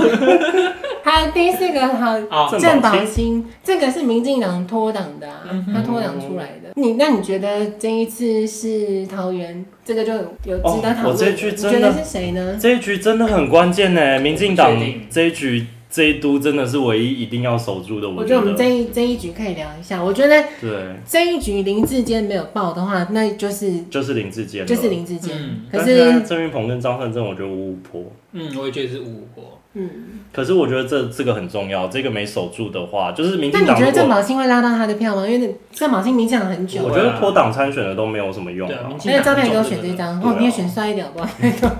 Speaker 1: 还有第四个好
Speaker 2: 啊
Speaker 3: 郑
Speaker 1: 郑
Speaker 3: 宝
Speaker 1: 宝
Speaker 3: 清
Speaker 1: 清，这个是民进党脱党的、啊，
Speaker 3: 嗯
Speaker 1: 他脱党出来的。你那你觉得这一次是桃园，这个就有
Speaker 3: 哦
Speaker 1: 值得讨
Speaker 3: 我这
Speaker 1: 论？
Speaker 3: 句
Speaker 1: 你
Speaker 3: 真
Speaker 1: 觉得
Speaker 3: 的
Speaker 1: 是谁呢？
Speaker 3: 这一局真的很关键呢，民进党
Speaker 2: 确定
Speaker 3: 这一局这一都真的是唯一一定要守住的，
Speaker 1: 我觉
Speaker 3: 觉
Speaker 1: 得我们这
Speaker 3: 得。
Speaker 1: 一这一局可以聊一下。我觉得
Speaker 3: 对，
Speaker 1: 这一局林志坚没有报的话，那就是
Speaker 3: 就是林志坚了，
Speaker 1: 就是林志坚。
Speaker 2: 嗯
Speaker 1: 可
Speaker 3: 但是
Speaker 1: 是，
Speaker 3: 郑运鹏跟张善政，我觉得五五坡。
Speaker 2: 嗯，我也觉得是五五国，
Speaker 1: 嗯，
Speaker 3: 可是我觉得这这个很重要，这个没守住的话，就是民
Speaker 1: 那
Speaker 3: 进
Speaker 1: 你
Speaker 3: 党
Speaker 1: 觉
Speaker 3: 如
Speaker 1: 得郑
Speaker 3: 果
Speaker 1: 宝清会拉到他的票吗？因为郑宝清明显很久
Speaker 3: 我
Speaker 1: 了，
Speaker 3: 觉
Speaker 2: 啊
Speaker 3: 得脱党参选的都没有什么用
Speaker 2: 对啊，
Speaker 3: 啊
Speaker 2: 民。进
Speaker 1: 那
Speaker 2: 党
Speaker 1: 照片
Speaker 2: 很
Speaker 1: 给我
Speaker 2: 重
Speaker 1: 选这
Speaker 2: 视的，
Speaker 1: 张，
Speaker 3: 对啊
Speaker 1: 哦，你也选帅一点好不好？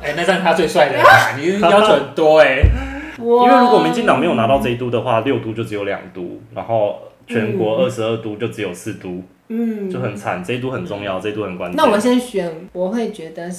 Speaker 2: 哎，那张他最帅 的啦，你是要求很多哎，
Speaker 1: 因
Speaker 3: 因为如果民进党没有拿到这一都的话，六都就只有两都，然后全国二十二都就只有四都，
Speaker 1: 嗯
Speaker 3: 就很惨。这一都很重要，这一都很关键。
Speaker 1: 那我先选，我会觉得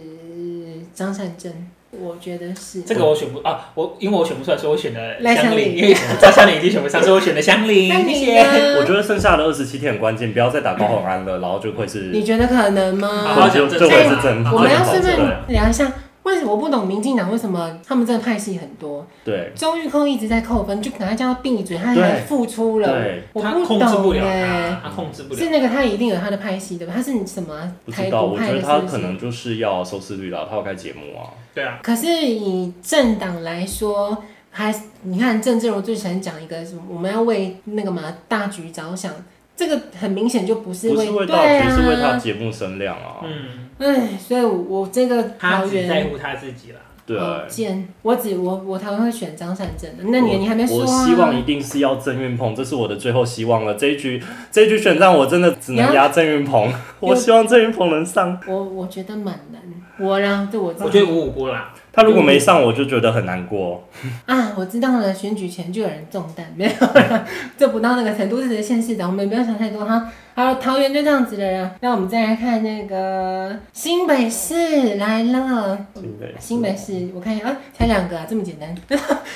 Speaker 1: 是张善珍，我觉得是
Speaker 2: 这个我选不啊，我因为我选不出来，所以我选了
Speaker 1: 赖香
Speaker 2: 香
Speaker 1: 林
Speaker 2: 菱，因为张香菱已经选不上，所以我选了香 菱。
Speaker 1: 那你
Speaker 2: 谢谢。
Speaker 1: 呢？
Speaker 3: 我觉得剩下的二十七天很关键，不要再打高红安了，然后就会是
Speaker 1: 你觉得可能
Speaker 2: 好好
Speaker 1: 吗？
Speaker 3: 对
Speaker 2: 讲
Speaker 3: 就这会
Speaker 1: 政
Speaker 3: 是真。
Speaker 2: 好
Speaker 1: 我们要顺
Speaker 3: 这个保证
Speaker 1: 便聊一下，为什么我不懂民进党为什么他们这个派系很多？
Speaker 3: 对
Speaker 1: 周玉蔻一直在扣分，就赶快叫他闭嘴，他
Speaker 3: 对
Speaker 1: 还付出了，
Speaker 3: 对，
Speaker 1: 我
Speaker 2: 他控制不
Speaker 1: 懂
Speaker 2: 了
Speaker 1: 哎
Speaker 2: 他，。他控制不了。
Speaker 1: 是那个他一定有他的派系对吧？他是什么啊
Speaker 3: 不知
Speaker 1: 台
Speaker 3: 道，
Speaker 1: 独
Speaker 3: 我觉
Speaker 1: 派
Speaker 3: 得
Speaker 1: 的？
Speaker 3: 他
Speaker 1: 是不
Speaker 3: 可
Speaker 1: 是？
Speaker 3: 能就是要收视率啦，他要开节目啊。
Speaker 2: 对啊，
Speaker 1: 可是以政党来说，还你看郑正荣最喜欢讲一个什么，我们要为那个嘛大局着想，这个很明显就不是
Speaker 3: 不
Speaker 1: 为
Speaker 3: 是为大
Speaker 1: 对
Speaker 3: 局，是为他
Speaker 1: 啊，
Speaker 3: 节目声量啊。
Speaker 2: 嗯，
Speaker 1: 哎，所以我我这个
Speaker 2: 他
Speaker 1: 桃
Speaker 2: 只在
Speaker 1: 园
Speaker 2: 乎他自己啦。
Speaker 3: 对，
Speaker 1: 好贱，我只我我桃园会选张善政的，哦那你
Speaker 3: 我
Speaker 1: 你还没说
Speaker 3: 我
Speaker 1: 啊？
Speaker 3: 希望一定是要郑运鹏，这是我的最后希望了。这一局这一局选战，我真的只能压郑运鹏。我希望郑运鹏能上，
Speaker 1: 我我觉得蛮难，我让对我自己
Speaker 2: 我觉得五五波啦，
Speaker 3: 他如果没上，我就觉得很难过。
Speaker 1: 啊，我知道了，选举前就有人中弹，没有
Speaker 3: 嗯
Speaker 1: 啦， 这不到那个程度，这只是县市长，我们不要想太多哈。好，桃园就这样子了啦。那我们再来看那个新北市来了，
Speaker 3: 新北市
Speaker 1: 新北市，我看一下啊，才两个啊，这么简单。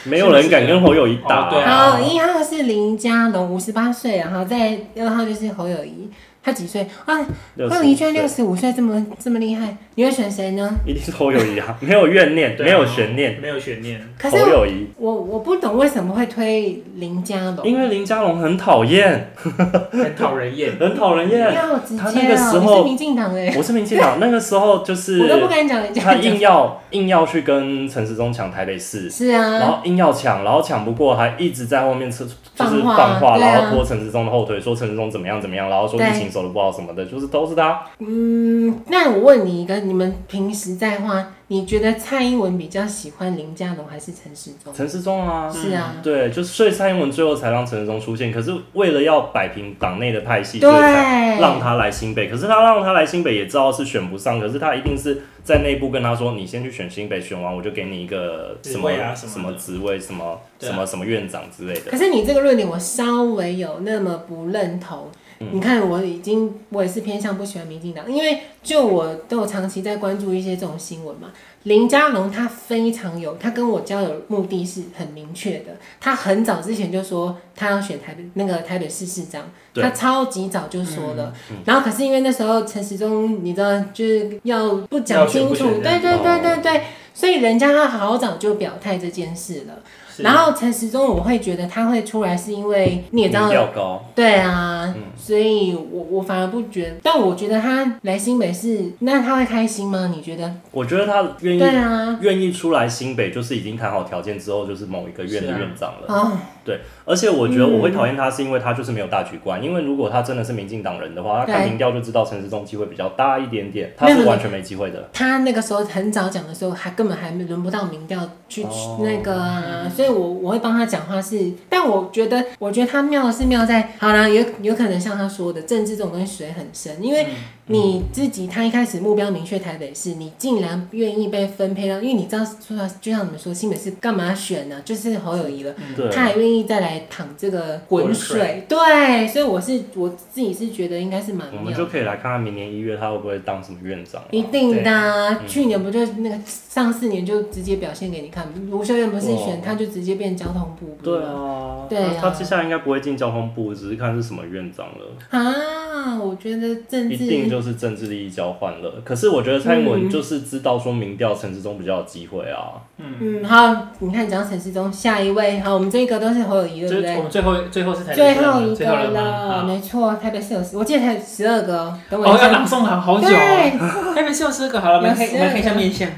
Speaker 3: 没有人敢跟侯友谊
Speaker 2: 哦
Speaker 3: 打、
Speaker 2: 对啊
Speaker 1: 好，一号是林佳龙，五十八岁啊，然后在二号就是侯友谊，他几岁啊？
Speaker 3: 65
Speaker 1: 侯友谊居然六
Speaker 3: 岁
Speaker 1: 十五岁，这么这么厉害，你会选谁呢？
Speaker 3: 一定是侯友谊啊，没有怨念，
Speaker 2: 对啊
Speaker 3: 没有悬念，，
Speaker 2: 没有悬念。
Speaker 1: 可
Speaker 3: 侯
Speaker 1: 是我
Speaker 3: 友谊。
Speaker 1: 我我不懂为什么会推林佳龙，
Speaker 3: 因为林佳龙很讨厌，
Speaker 2: 很讨人 厌。
Speaker 3: 很讨人厌。
Speaker 1: 要直接
Speaker 3: 他那个时
Speaker 1: 哦，你
Speaker 3: 候
Speaker 1: 是民进党哎。
Speaker 3: 我是民进党，那个时候就是
Speaker 1: 我都不敢讲人家
Speaker 3: 他。硬要硬要去跟陈时中抢台北市，
Speaker 1: 是
Speaker 3: 然
Speaker 1: 啊，
Speaker 3: 后硬要抢，然后抢不过，还一直在后面吃，就是
Speaker 1: 放话
Speaker 3: 放话，
Speaker 1: 对啊
Speaker 3: 然后拖陈时中的后腿，说陈时中怎么样怎么样，然后说
Speaker 1: 对
Speaker 3: 疫情守的不好什么的，就是都是他。
Speaker 1: 嗯，那我问你一个，你们平时在话，你觉得蔡英文比较喜欢林佳龙还是陈时中？
Speaker 3: 陈时中啊，
Speaker 1: 哦是啊，
Speaker 3: 对，就是所以蔡英文最后才让陈时中出现，可是为了要摆平党内的派系，所以才
Speaker 1: 对，
Speaker 3: 让他来新北。可是他让他来新北也知道是选不上，可是他一定是在内部跟他说，你先去选新北，选完我就给你一个什
Speaker 2: 职
Speaker 3: 么
Speaker 2: 位啊什
Speaker 3: 什
Speaker 2: 么
Speaker 3: 么
Speaker 2: 的
Speaker 3: 职位，什么
Speaker 2: 对
Speaker 3: 什
Speaker 2: 啊
Speaker 3: 么什么院长之类的
Speaker 1: 可。是你这个论点，我稍微有那么不认同。
Speaker 2: 嗯
Speaker 1: 你看，我已经我也是偏向不喜欢民进党，因为就我都有长期在关注一些这种新闻嘛。林佳龙他非常有，他跟我交友目的是很明确的。他很早之前就说他要选台北那个台北市市长，
Speaker 3: 对
Speaker 1: 他超级早就说了。
Speaker 2: 嗯
Speaker 1: 然后可是因为那时候陈时中，你知道就是要不讲
Speaker 2: 要选
Speaker 1: 清
Speaker 2: 不
Speaker 1: 楚，
Speaker 2: 选这
Speaker 1: 对
Speaker 2: 样
Speaker 1: 对对对
Speaker 3: 哦
Speaker 1: 对，所以人家他好早就表态这件事了。
Speaker 2: 是
Speaker 1: 然后陈时中，我会觉得他会出来，是因为你也
Speaker 3: 民
Speaker 1: 知道，
Speaker 3: 调嗯高，
Speaker 1: 对啊，所以我我反而不觉得，但我觉得他来新北市，那他会开心吗？你觉得？
Speaker 3: 我觉得他愿意
Speaker 1: 对啊，
Speaker 3: 愿意出来新北，就是已经谈好条件之后，就是某一个院的
Speaker 2: 是啊
Speaker 3: 院长了。
Speaker 1: 哦，
Speaker 3: 对，而且我觉得我会讨厌他，是因为他就是没有大局观。因为如果他真的是民进党人的话，他看
Speaker 1: 嗯对
Speaker 3: 民调就知道陈时中机会比较大一点点，他
Speaker 1: 没
Speaker 3: 是
Speaker 1: 有
Speaker 3: 完全没机会的。
Speaker 1: 他那个时候很早讲的时候，还根本还没轮不到民调去
Speaker 3: 哦
Speaker 1: 那个啊，所以我我会帮他讲话是，但我觉得我觉得他妙的是妙在，好啦，有有可能像他说的，政治这种东西水很深，因为你自己他一开始目标明确台北市，你竟然愿意被分配到，因为你知道说到就像你们说新北市干嘛选呢、就是侯友
Speaker 2: 嗯
Speaker 1: 谊了。
Speaker 3: 对，
Speaker 1: 他也愿意再来淌这个滚
Speaker 2: 滚
Speaker 1: 水，对，所以我是我自己是觉得应该是蛮
Speaker 3: 我
Speaker 1: 妙
Speaker 3: 们
Speaker 1: 的
Speaker 3: 就可以来看看明年一月他会不会当什么院长啊。
Speaker 1: 一定的啊、
Speaker 3: 嗯
Speaker 1: 去年不就那个上四年就直接表现给你看，卢秀燕不是选
Speaker 3: 哦
Speaker 1: 他就直接变交通部，不是
Speaker 3: 对
Speaker 1: 吗
Speaker 3: 啊，
Speaker 1: 对啊
Speaker 3: 他他接下来应该不会进交通部，只是看是什么院长了。
Speaker 1: 啊，啊，我觉得政
Speaker 3: 一
Speaker 1: 治
Speaker 3: 定就是政治利益交换了。可是我觉得蔡英文就是知道说民调陈志忠比较有机会啊，
Speaker 1: 嗯，好，你看讲陈世忠，下一位，好，我们这一个都是侯友谊，对
Speaker 2: 就
Speaker 1: 不
Speaker 2: 是我
Speaker 1: 对？
Speaker 2: 们最后最后是台
Speaker 1: 最
Speaker 2: 北市
Speaker 1: 后一
Speaker 2: 最后
Speaker 1: 个
Speaker 2: 吗
Speaker 1: 了，
Speaker 2: 好
Speaker 1: 没错，台北市有十，我记得才十二个哦，等我
Speaker 2: 哦，
Speaker 1: 一
Speaker 2: 要
Speaker 1: 下
Speaker 2: 朗。诵好好久哦。
Speaker 1: 对，
Speaker 2: 台北市有四个，好了，我们看
Speaker 1: 有
Speaker 2: 我
Speaker 1: 四个
Speaker 2: 们看一下面相。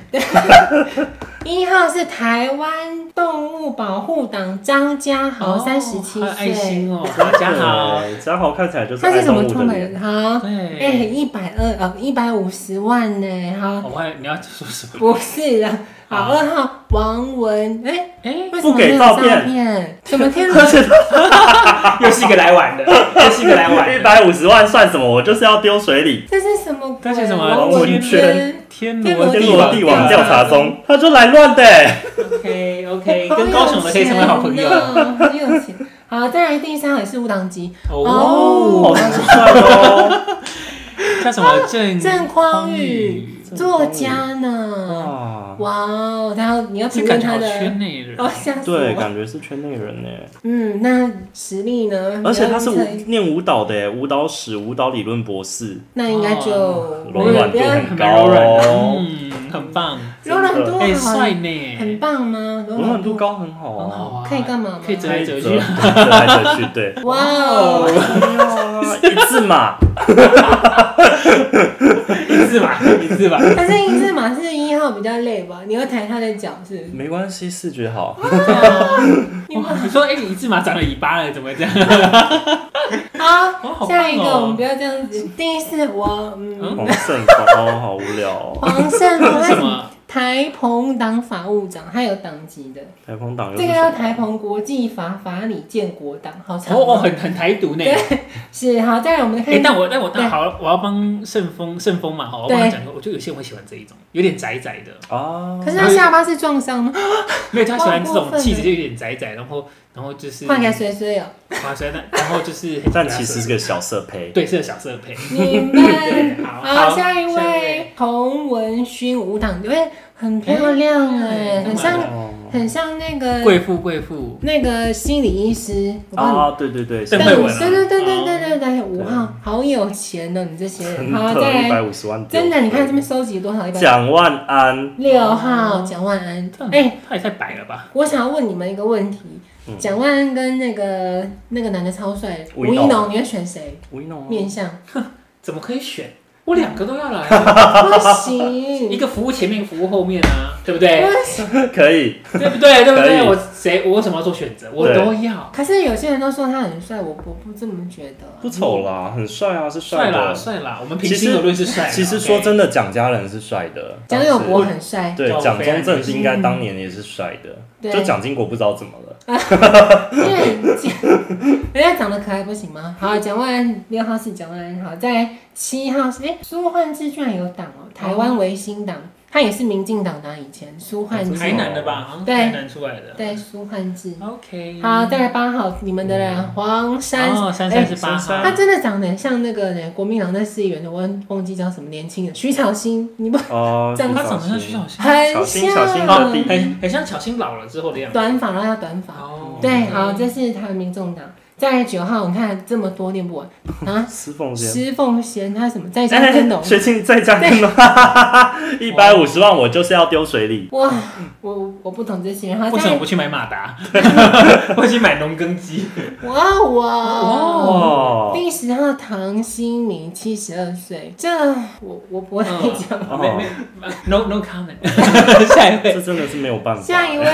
Speaker 1: 一号是台湾动物保护党张家豪，
Speaker 2: 哦
Speaker 1: 三十七
Speaker 2: 还有爱
Speaker 1: 岁，
Speaker 2: 心哦，大家好。
Speaker 3: 对，嘉豪看起来就是
Speaker 1: 嗯他
Speaker 3: 爱
Speaker 1: 是怎
Speaker 3: 动
Speaker 1: 么
Speaker 3: 物的
Speaker 1: 出
Speaker 3: 脸。
Speaker 1: 门？好，哎，
Speaker 2: 对，
Speaker 1: 一百二呃，一百五十万呢，好，
Speaker 2: 我还你要说什么？
Speaker 1: 不是的，好，
Speaker 2: 好
Speaker 1: 二号王文，哎，
Speaker 2: 哎，
Speaker 1: 为什么
Speaker 3: 不
Speaker 1: 没
Speaker 3: 给
Speaker 1: 有
Speaker 3: 照
Speaker 1: 照
Speaker 3: 片
Speaker 1: 片？怎么 天
Speaker 3: 而且
Speaker 2: 又是一个来晚的，又是一 个来晚
Speaker 3: 一
Speaker 2: 的。
Speaker 3: 百五十万算什么？我就是要丢水里。
Speaker 1: 这是什么鬼？
Speaker 2: 这是什么
Speaker 1: 王
Speaker 3: 文
Speaker 1: 文
Speaker 3: 圈
Speaker 1: 圈
Speaker 2: 天
Speaker 1: 罗
Speaker 3: 天
Speaker 1: 地
Speaker 3: 罗
Speaker 1: 网
Speaker 3: 地网调
Speaker 1: 调查
Speaker 3: 查中，他就来乱的欸。
Speaker 2: OK OK，跟 高雄的可以成为好朋友。
Speaker 1: 很有钱。好，再来第三位是无党籍
Speaker 3: 好
Speaker 1: 哦
Speaker 2: 哦，
Speaker 3: 帅哦！
Speaker 2: 叫什 么郑
Speaker 1: 郑匡宇
Speaker 3: 郑匡
Speaker 1: 作
Speaker 3: 宇
Speaker 1: 家呢。
Speaker 3: 哇，
Speaker 1: 哇哦，然后你要
Speaker 2: 这
Speaker 1: 评
Speaker 2: 感
Speaker 1: 论
Speaker 2: 觉
Speaker 1: 他
Speaker 2: 好
Speaker 1: 的
Speaker 2: 圈内人
Speaker 1: 哦，吓死
Speaker 3: 对，
Speaker 1: 我！
Speaker 3: 感觉是圈内人呢。
Speaker 1: 嗯，那实力呢？
Speaker 3: 而且他是
Speaker 1: 不
Speaker 3: 舞
Speaker 1: 要预测
Speaker 3: 念舞蹈的耶，舞蹈史、舞蹈理论博士，
Speaker 1: 那应该就
Speaker 2: 哦
Speaker 3: 柔软度
Speaker 1: 不要
Speaker 3: 很
Speaker 2: 很
Speaker 3: 高
Speaker 2: 柔软的，
Speaker 3: 哦，
Speaker 2: 嗯，很棒，
Speaker 1: 柔软度
Speaker 2: 哎，帅
Speaker 1: 很
Speaker 2: 呢，
Speaker 1: 很棒吗？柔
Speaker 3: 柔软度
Speaker 1: 高，
Speaker 3: 高很好
Speaker 2: 很好
Speaker 3: 啊。
Speaker 2: 啊，
Speaker 1: 可以干嘛吗
Speaker 2: 可以折来折去啊
Speaker 3: 折，来折去，对。
Speaker 1: 哇哦！
Speaker 3: 哇一字马，
Speaker 2: 一字马， 一字马。
Speaker 1: 但是一字马是一号比较累吧？你会抬他的脚是不是？
Speaker 3: 没关系，视觉好。
Speaker 2: 哦
Speaker 1: 你们
Speaker 2: 哇，你说哎，你一字马长了尾巴了，怎么这样？哦
Speaker 1: 好，
Speaker 2: 好棒哦
Speaker 1: 下一个我们不要这样子。第四，我嗯，
Speaker 3: 黄胜哦，好无 聊哦。
Speaker 1: 黄胜龙
Speaker 2: 为什么？
Speaker 1: 台澎党法务长，他有党籍的，
Speaker 3: 台风党又
Speaker 1: 这
Speaker 3: 是
Speaker 1: 个
Speaker 3: 什么啊
Speaker 1: 叫台澎国际法法理建国党，好长
Speaker 2: 哦哦，
Speaker 1: 哦。
Speaker 2: 很很台独呢。
Speaker 1: 是好，再来我们
Speaker 2: 哎、
Speaker 1: 看，
Speaker 2: 但我但我
Speaker 1: 对
Speaker 2: 但好，我要帮顺丰顺丰嘛，好，我帮他
Speaker 1: 对
Speaker 2: 讲过，我觉得有些人会喜欢这一种，有点窄窄的，
Speaker 3: 啊
Speaker 1: 可是他下巴是撞伤吗？
Speaker 2: 没有他喜欢这
Speaker 1: 哇过
Speaker 2: 种
Speaker 1: 分
Speaker 2: 气质就有点窄窄，然后然后就是
Speaker 1: 换给谁谁哦？
Speaker 2: 哇塞那然后就是很
Speaker 3: 但
Speaker 2: 夹
Speaker 3: 其实是
Speaker 2: 色
Speaker 3: 个小色胚。
Speaker 2: 对是个小色胚，
Speaker 1: 你们
Speaker 2: 对，好，
Speaker 1: 好，
Speaker 2: 好
Speaker 1: 下一位，洪文勋舞党，因为很漂亮哎，
Speaker 2: 哎
Speaker 1: 很像
Speaker 3: 哦
Speaker 1: 很像那个
Speaker 2: 贵妇贵妇，
Speaker 1: 那个心理医师，我帮你
Speaker 3: 啊，对对对，
Speaker 2: 邓
Speaker 1: 但
Speaker 2: 慧文啊
Speaker 1: 对对对对对对对，五号好有钱的你这些人，好
Speaker 3: 一
Speaker 1: 再
Speaker 3: 百
Speaker 1: 来，
Speaker 3: 五十万，
Speaker 1: 真的你看这边收集多少一百
Speaker 3: 蒋万安，
Speaker 1: 六号蒋万安
Speaker 2: 这，样
Speaker 1: 哎、
Speaker 2: 他也太白了吧？
Speaker 1: 我想要问你们一个问题
Speaker 3: 嗯，
Speaker 1: 蒋、万安跟那个那个男的超帅
Speaker 3: 吴
Speaker 1: 吴
Speaker 3: 一
Speaker 1: 一
Speaker 3: 农
Speaker 1: 农，你会选谁？
Speaker 3: 吴一农
Speaker 1: 面 相
Speaker 2: 怎么可以选？我两个都要 来，
Speaker 1: 不
Speaker 2: 一
Speaker 1: 行，
Speaker 2: 个服务前面，一个服务后面啊，对不对？
Speaker 1: 不行。
Speaker 3: 可以，
Speaker 2: 对不对？对不
Speaker 3: 可
Speaker 2: 对？
Speaker 3: 以
Speaker 2: 我谁我为什么要做选择？我
Speaker 3: 对
Speaker 2: 都要，
Speaker 1: 可是有些人都说他很帅，我我不这么觉得、
Speaker 3: 不丑啦，很帅啊，是
Speaker 2: 帅啦
Speaker 3: 的。
Speaker 2: 帅啦，我们
Speaker 3: 其
Speaker 2: 平
Speaker 3: 实
Speaker 2: 心而论是帅啦。
Speaker 3: 其实
Speaker 2: OK
Speaker 3: 说真的，蒋家人是帅的，
Speaker 1: 蒋友
Speaker 3: 当
Speaker 1: 柏
Speaker 3: 时
Speaker 1: 很帅，
Speaker 3: 对
Speaker 2: 对
Speaker 3: 蒋中正
Speaker 2: 我非
Speaker 3: 应该当年也是帅的，
Speaker 1: 对
Speaker 3: 就蒋经国不知道怎么了，
Speaker 1: 因为 人家长得可爱不行吗？好，蒋万安六号是蒋万安，好在七号是哎苏焕智居然有党哦，台湾维新党，他也是民进党的啊以前苏焕
Speaker 3: 哦
Speaker 1: 智
Speaker 2: 台，南的吧，好像
Speaker 1: 对
Speaker 2: 台南出来的。
Speaker 1: 对苏焕智。
Speaker 2: OK，
Speaker 1: 好，再来啊八号，你们的
Speaker 3: 嗯
Speaker 1: 人黄珊
Speaker 2: 哦，珊珊是八
Speaker 3: 珊
Speaker 2: 号，
Speaker 1: 他真的长得很像那个呢，国民党那市议员的，我忘记叫什么年轻人，徐巧芯，你不
Speaker 3: 哦，
Speaker 1: 蒋
Speaker 2: 他
Speaker 3: 徐
Speaker 2: 长得像
Speaker 3: 小
Speaker 2: 徐
Speaker 3: 新
Speaker 2: 小新，
Speaker 1: 很
Speaker 3: 芯巧芯
Speaker 1: 像
Speaker 3: 到底
Speaker 2: 很很像巧心老了之后的样子。
Speaker 1: 短发，然后要短发，
Speaker 2: 哦
Speaker 3: 嗯
Speaker 1: 对，好，这是台湾民众党。在九号，你看这么多念不完啊！
Speaker 3: 司凤 先。
Speaker 1: 石凤贤他什么在家
Speaker 3: 哎
Speaker 1: 跟农？
Speaker 3: 学庆哎再加跟农， 一百五十万我就是要丢水里。
Speaker 1: 哇，我我不懂这些，然后
Speaker 2: 为什么
Speaker 1: 再
Speaker 2: 不去买马 达？我去买农耕机。
Speaker 1: 哇
Speaker 3: 哦
Speaker 1: 哇。
Speaker 3: 哇，
Speaker 1: 第十号唐新明七十二岁，这我我不会讲。
Speaker 2: 没没
Speaker 3: 哦，
Speaker 2: ，no no comment。下一位
Speaker 3: 这，真的是没有办法。
Speaker 1: 下一位，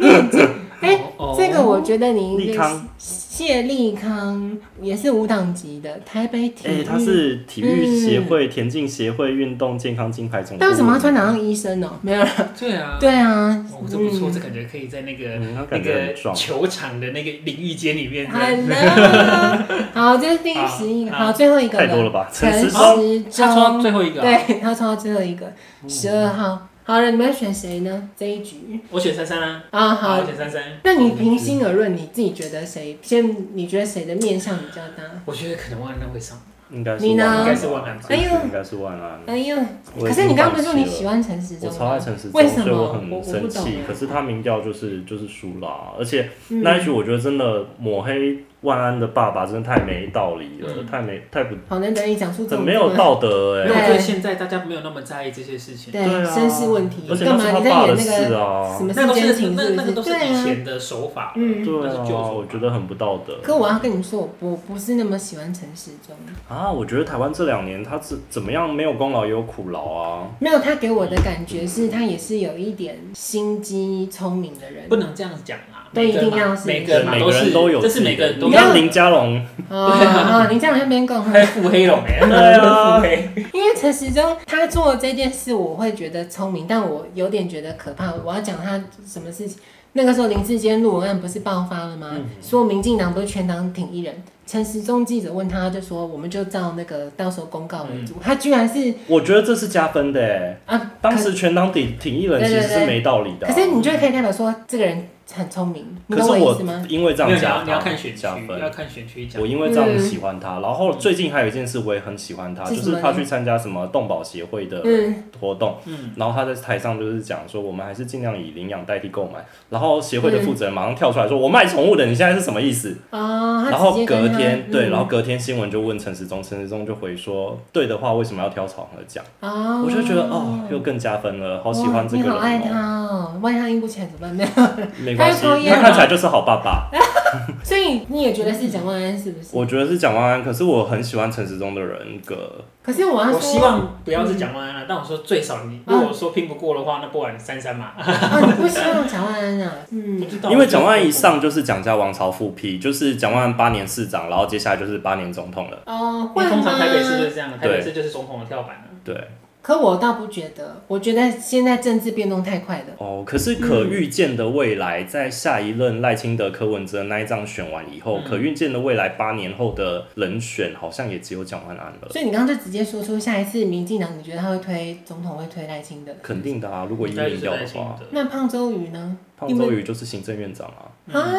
Speaker 1: 你也讲哎，
Speaker 2: 哦
Speaker 1: 这个我觉得你应
Speaker 3: 利
Speaker 1: 该
Speaker 3: 康，
Speaker 1: 谢立康也是无党籍的，台北体
Speaker 3: 哎，
Speaker 1: 育。
Speaker 3: 他是体育协会、田径协会运动健康金牌总。
Speaker 1: 嗯但为什么要穿？哪像医生
Speaker 3: 嗯
Speaker 1: 哦？没有 啦，
Speaker 2: 对啊，
Speaker 1: 对啊
Speaker 2: 哦，这不错，
Speaker 1: 嗯
Speaker 2: 这感觉可以在那个
Speaker 3: 嗯，他
Speaker 2: 那
Speaker 3: 感觉
Speaker 2: 个
Speaker 3: 很壮。
Speaker 2: 球场的那个淋浴间里面这样。
Speaker 1: Hello，好，这是第
Speaker 2: 好
Speaker 1: 十一个，
Speaker 2: 好
Speaker 1: 好，最后一个
Speaker 3: 太多了
Speaker 1: 了。
Speaker 3: 吧？陈
Speaker 1: 陈
Speaker 3: 时
Speaker 1: 时
Speaker 3: 中，
Speaker 2: 他抽到
Speaker 1: 中，
Speaker 2: 最后一个啊，
Speaker 1: 对，他抽到最后一个，十二号。好了，你们要选谁呢？这一局
Speaker 2: 我选珊珊啊，
Speaker 1: 啊，
Speaker 2: 好，
Speaker 1: 好
Speaker 2: 我。选珊珊。
Speaker 1: 那你平心而论，你自己觉得谁先？你觉得谁的面相比较大？
Speaker 2: 我觉得可能万安会上，
Speaker 3: 应该是
Speaker 1: 你呢
Speaker 3: 万安
Speaker 2: 应该是万安吧
Speaker 1: 哎呦
Speaker 3: 应该是万安。
Speaker 1: 哎呦，
Speaker 3: 我
Speaker 1: 可
Speaker 3: 已经
Speaker 1: 是你刚刚不是说
Speaker 3: 放弃
Speaker 1: 你
Speaker 3: 了
Speaker 1: 喜欢陈时中
Speaker 3: 我
Speaker 1: 吗？
Speaker 3: 超爱陈时
Speaker 1: 为
Speaker 3: 中，
Speaker 1: 什
Speaker 3: 所以
Speaker 1: 么？
Speaker 3: 我
Speaker 1: 我
Speaker 3: 很
Speaker 1: 我不
Speaker 3: 生
Speaker 1: 懂
Speaker 3: 气
Speaker 1: 哎。
Speaker 3: 可是他民调就是就是输了啊、而且
Speaker 1: 嗯
Speaker 3: 那一局我觉得真的抹黑，万安的爸爸真的太没道理了，
Speaker 2: 嗯
Speaker 3: 太没太不
Speaker 1: 好难得你讲出这种
Speaker 3: 很没有道德哎、
Speaker 2: 因为我觉得现在大家没有那么在意这些事情，
Speaker 1: 对
Speaker 3: 对啊
Speaker 1: 绅士问题，
Speaker 3: 而且
Speaker 1: 干
Speaker 3: 那
Speaker 1: 嘛
Speaker 3: 是他
Speaker 1: 你在
Speaker 3: 爸的
Speaker 1: 演那
Speaker 3: 事
Speaker 1: 个
Speaker 3: 啊
Speaker 1: 什，么
Speaker 2: 那
Speaker 1: 世
Speaker 2: 都
Speaker 1: 间
Speaker 2: 是
Speaker 1: 情
Speaker 2: 那
Speaker 1: 是
Speaker 2: 那个
Speaker 1: 不
Speaker 2: 都
Speaker 1: 是？
Speaker 2: 是
Speaker 1: 对
Speaker 2: 以
Speaker 1: 啊，
Speaker 2: 前的手法，
Speaker 1: 嗯。
Speaker 3: 对
Speaker 2: 那
Speaker 3: 啊
Speaker 2: 是，旧手法
Speaker 3: 我觉得很不道德
Speaker 1: 可我要跟你说，我不我不是那么喜欢陈时中，
Speaker 3: 啊！我觉得台湾这两年他是怎么样，没有功劳也有苦劳啊。
Speaker 1: 没有他给我的感觉是他也是有一点心机聪明的人
Speaker 2: 不，能这样讲啊，
Speaker 1: 对
Speaker 2: 每个
Speaker 1: 一定
Speaker 2: 嘛
Speaker 1: 要是
Speaker 2: 每
Speaker 1: 对
Speaker 2: 个
Speaker 3: 对，
Speaker 2: 嘛
Speaker 3: 每个人
Speaker 2: 是
Speaker 3: 都有
Speaker 2: 这
Speaker 3: 自
Speaker 2: 是
Speaker 3: 己的，
Speaker 2: 每个人都
Speaker 3: 你
Speaker 1: 要
Speaker 3: 看林家龙，
Speaker 1: 啊，你这样在那边讲，
Speaker 2: 还腹黑了没？
Speaker 3: 对啊
Speaker 2: 腹黑，
Speaker 1: 因为陈时中他做这件事，我会觉得聪明，但我有点觉得可怕。我要讲他什么事情？那个时候林志坚论文案不是爆发了吗？
Speaker 3: 嗯
Speaker 1: 说民进党不是全党挺一人，陈时中记者问他，他就说我们就照那个到时候公告为主。
Speaker 3: 嗯
Speaker 1: 他居然是
Speaker 3: 我觉得这是加分的哎。
Speaker 1: 啊，
Speaker 3: 当时全党挺挺一人
Speaker 1: 对
Speaker 3: 其
Speaker 1: 对
Speaker 3: 实
Speaker 1: 对
Speaker 3: 是没道理的
Speaker 1: 可
Speaker 3: 啊。
Speaker 1: 是你就可以代表说这个人很聪明，你
Speaker 3: 可
Speaker 1: 懂
Speaker 3: 是
Speaker 1: 我意
Speaker 3: 我
Speaker 1: 思吗？
Speaker 3: 因为这
Speaker 2: 没有你
Speaker 3: 样加
Speaker 2: 要你要
Speaker 3: 分
Speaker 2: 看选区
Speaker 3: 加，
Speaker 2: 要
Speaker 3: 分，
Speaker 2: 看选区讲
Speaker 3: 我。因为这样
Speaker 1: 嗯
Speaker 3: 喜欢他。然后最近还有一件事我也很喜欢他，
Speaker 1: 是
Speaker 3: 就
Speaker 1: 什么呢
Speaker 3: 是他去参加什么动保协会的
Speaker 1: 嗯，
Speaker 3: 活动，
Speaker 2: 嗯
Speaker 3: 然后他在台上就是讲说，我们还是尽量以领养代替购买。然后协会的负责人马上跳出来说，我卖宠物的，你现在是什么意思？
Speaker 1: 哦，他
Speaker 3: 然后
Speaker 1: 直接跟
Speaker 3: 隔
Speaker 1: 他
Speaker 3: 天，对，
Speaker 1: 嗯
Speaker 3: 然后隔天新闻就问陈时中，陈时中就回说，对的话为什么要挑草和讲？
Speaker 1: 哦，
Speaker 3: 我就觉得哦，又更加分了，好喜欢这个
Speaker 1: 哇
Speaker 3: 人
Speaker 1: 你好爱他
Speaker 3: 哦，
Speaker 1: 哦，万一他硬不起来怎么办？
Speaker 3: 没关系，
Speaker 1: 他又抽烟了
Speaker 3: 他看起来就是好爸爸。
Speaker 1: 所以你也觉得是蒋万安是不是？
Speaker 3: 我觉得是蒋万安，可是我很喜欢陈时中的人格，
Speaker 1: 可是我要说，
Speaker 2: 我希望不要是蒋万安了，但我说最少你，如果说拼不过的话，那不然三三嘛。
Speaker 1: 啊，你不希望蒋万安 啊？
Speaker 2: 不
Speaker 1: 嗯，
Speaker 2: 知道，
Speaker 3: 因为蒋万安一上就是蒋家王朝复辟，就是蒋万安八年市长，然后接下来就是八年总统了。
Speaker 1: 哦，
Speaker 2: 啊因
Speaker 1: 会
Speaker 2: 为通常台北
Speaker 1: 吗？
Speaker 2: 市就是这样啊的，台
Speaker 3: 对
Speaker 2: 北市就是总统的跳板了。啊
Speaker 3: 对，
Speaker 1: 可我倒不觉得，我觉得现在政治变动太快了。
Speaker 3: 哦，可是可预见的未来，在下一任赖清德、柯文哲那一仗选完以后，
Speaker 2: 嗯
Speaker 3: 可预见的未来八年后的人选好像也只有蒋万安了。
Speaker 1: 所以你刚刚就直接说出下一次民进党，你觉得他会推总统会推赖清德？
Speaker 3: 肯定的啊，如果
Speaker 2: 我
Speaker 3: 一
Speaker 2: 就是
Speaker 3: 民调
Speaker 2: 赖
Speaker 3: 的
Speaker 2: 清
Speaker 3: 话，
Speaker 2: 德，
Speaker 1: 那胖周瑜呢？
Speaker 3: 胖
Speaker 1: 因为
Speaker 3: 周瑜就是行政院长啊。
Speaker 1: 啊，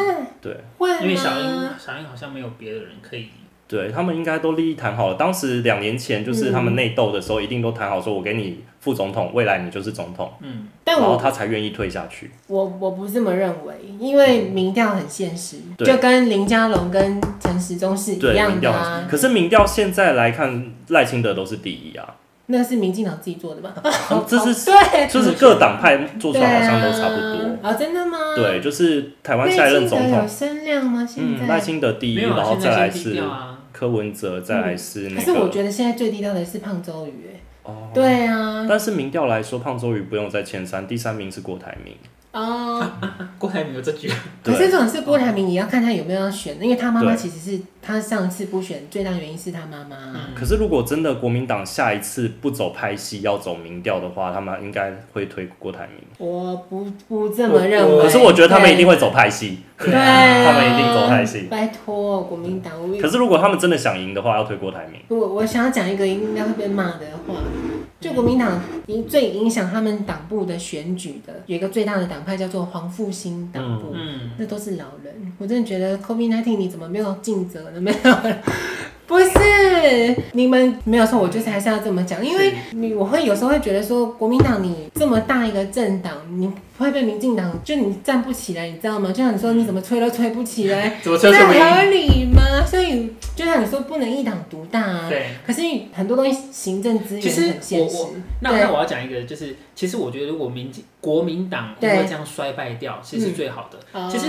Speaker 3: 对
Speaker 2: 因为
Speaker 1: 会
Speaker 2: 小
Speaker 1: 吗？
Speaker 2: 英小英好像没有别的人可以。
Speaker 3: 对他们应该都利益谈好了。当时两年前就是他们内斗的时候，一定都谈好说，我给你副总统，未来你就是总统，
Speaker 2: 嗯，
Speaker 1: 但
Speaker 3: 然后
Speaker 1: 我
Speaker 3: 他才愿意退下去。
Speaker 1: 我我不这么认为，因为民调很现实，
Speaker 3: 嗯对
Speaker 1: 就跟林佳龙跟陈时中是一
Speaker 3: 对，民
Speaker 1: 样的
Speaker 3: 调、
Speaker 1: 啊。
Speaker 3: 可是民调现在来看，赖清德都是第一啊，
Speaker 1: 那是民进党自己做的吧？哦
Speaker 3: 嗯这是
Speaker 1: 对，
Speaker 3: 就是各党派做出来好像都差不多。
Speaker 1: 对啊。哦，真的吗？
Speaker 3: 对，就是台湾
Speaker 1: 赖
Speaker 3: 下一任
Speaker 1: 清
Speaker 3: 总
Speaker 1: 德有
Speaker 3: 统，
Speaker 1: 声量吗？现在？
Speaker 3: 嗯，赖清德第一，
Speaker 2: 没有
Speaker 3: 然
Speaker 2: 啊，
Speaker 3: 后
Speaker 2: 现
Speaker 3: 再来
Speaker 2: 在先低
Speaker 3: 是
Speaker 2: 调啊。
Speaker 3: 柯文哲，再来是
Speaker 1: 嗯可
Speaker 3: 那
Speaker 1: 是我
Speaker 3: 个。
Speaker 1: 觉得现在最低调的是胖周瑜、欸
Speaker 3: 哦
Speaker 1: 对啊，
Speaker 3: 但是民调来说，胖周瑜不用在前三，第三名是郭台铭。
Speaker 1: 哦，
Speaker 2: 啊郭台铭有这句，
Speaker 1: 可
Speaker 3: 啊对
Speaker 1: 是这种是郭台铭，也要看他有没有要选，因为他妈妈
Speaker 3: 对
Speaker 1: 其实是他上次不选，最大原因是他妈
Speaker 2: 嗯
Speaker 1: 妈。
Speaker 3: 可是如果真的国民党下一次不走拍戏，要走民调的话，他们应该会推郭台铭。
Speaker 1: 我不不这么认为。
Speaker 2: 对
Speaker 3: 可是我觉得他们一定会走拍戏。
Speaker 1: 对，
Speaker 2: 对
Speaker 1: 对
Speaker 3: 他们一定走派系
Speaker 1: 拜托，国民党，我
Speaker 3: 可是如果他们真的想赢的话，要推郭台铭。
Speaker 1: 我我想要讲一个应该会被骂的话，就国民党影最影响他们党部的选举的，有一个最大的党派叫做黄复兴党部。
Speaker 2: 嗯，
Speaker 1: 那都是老人，我真的觉得 COVID 1 9你怎么没有尽责呢？没 有，不是你们没有错，我就是还是要这么讲，因为你我会有时候会觉得说，国民党你这么大一个政党，你会被民进党就你站不起来，你知道吗？就像你说你怎么吹都吹不起 来，
Speaker 2: 怎么
Speaker 1: 这
Speaker 2: 车是唯
Speaker 1: 合
Speaker 2: 一？
Speaker 1: 理吗？所以就像你说，不能一党独大啊。
Speaker 2: 对，
Speaker 1: 可是很多东西行政资源很
Speaker 2: 其实我
Speaker 1: 现实
Speaker 2: 我，那
Speaker 1: 对
Speaker 2: 那我要讲一个，就是其实我觉得，如果民进国民党因
Speaker 1: 对
Speaker 2: 为这样衰败掉，其实是最好的。
Speaker 1: 呃
Speaker 2: 其实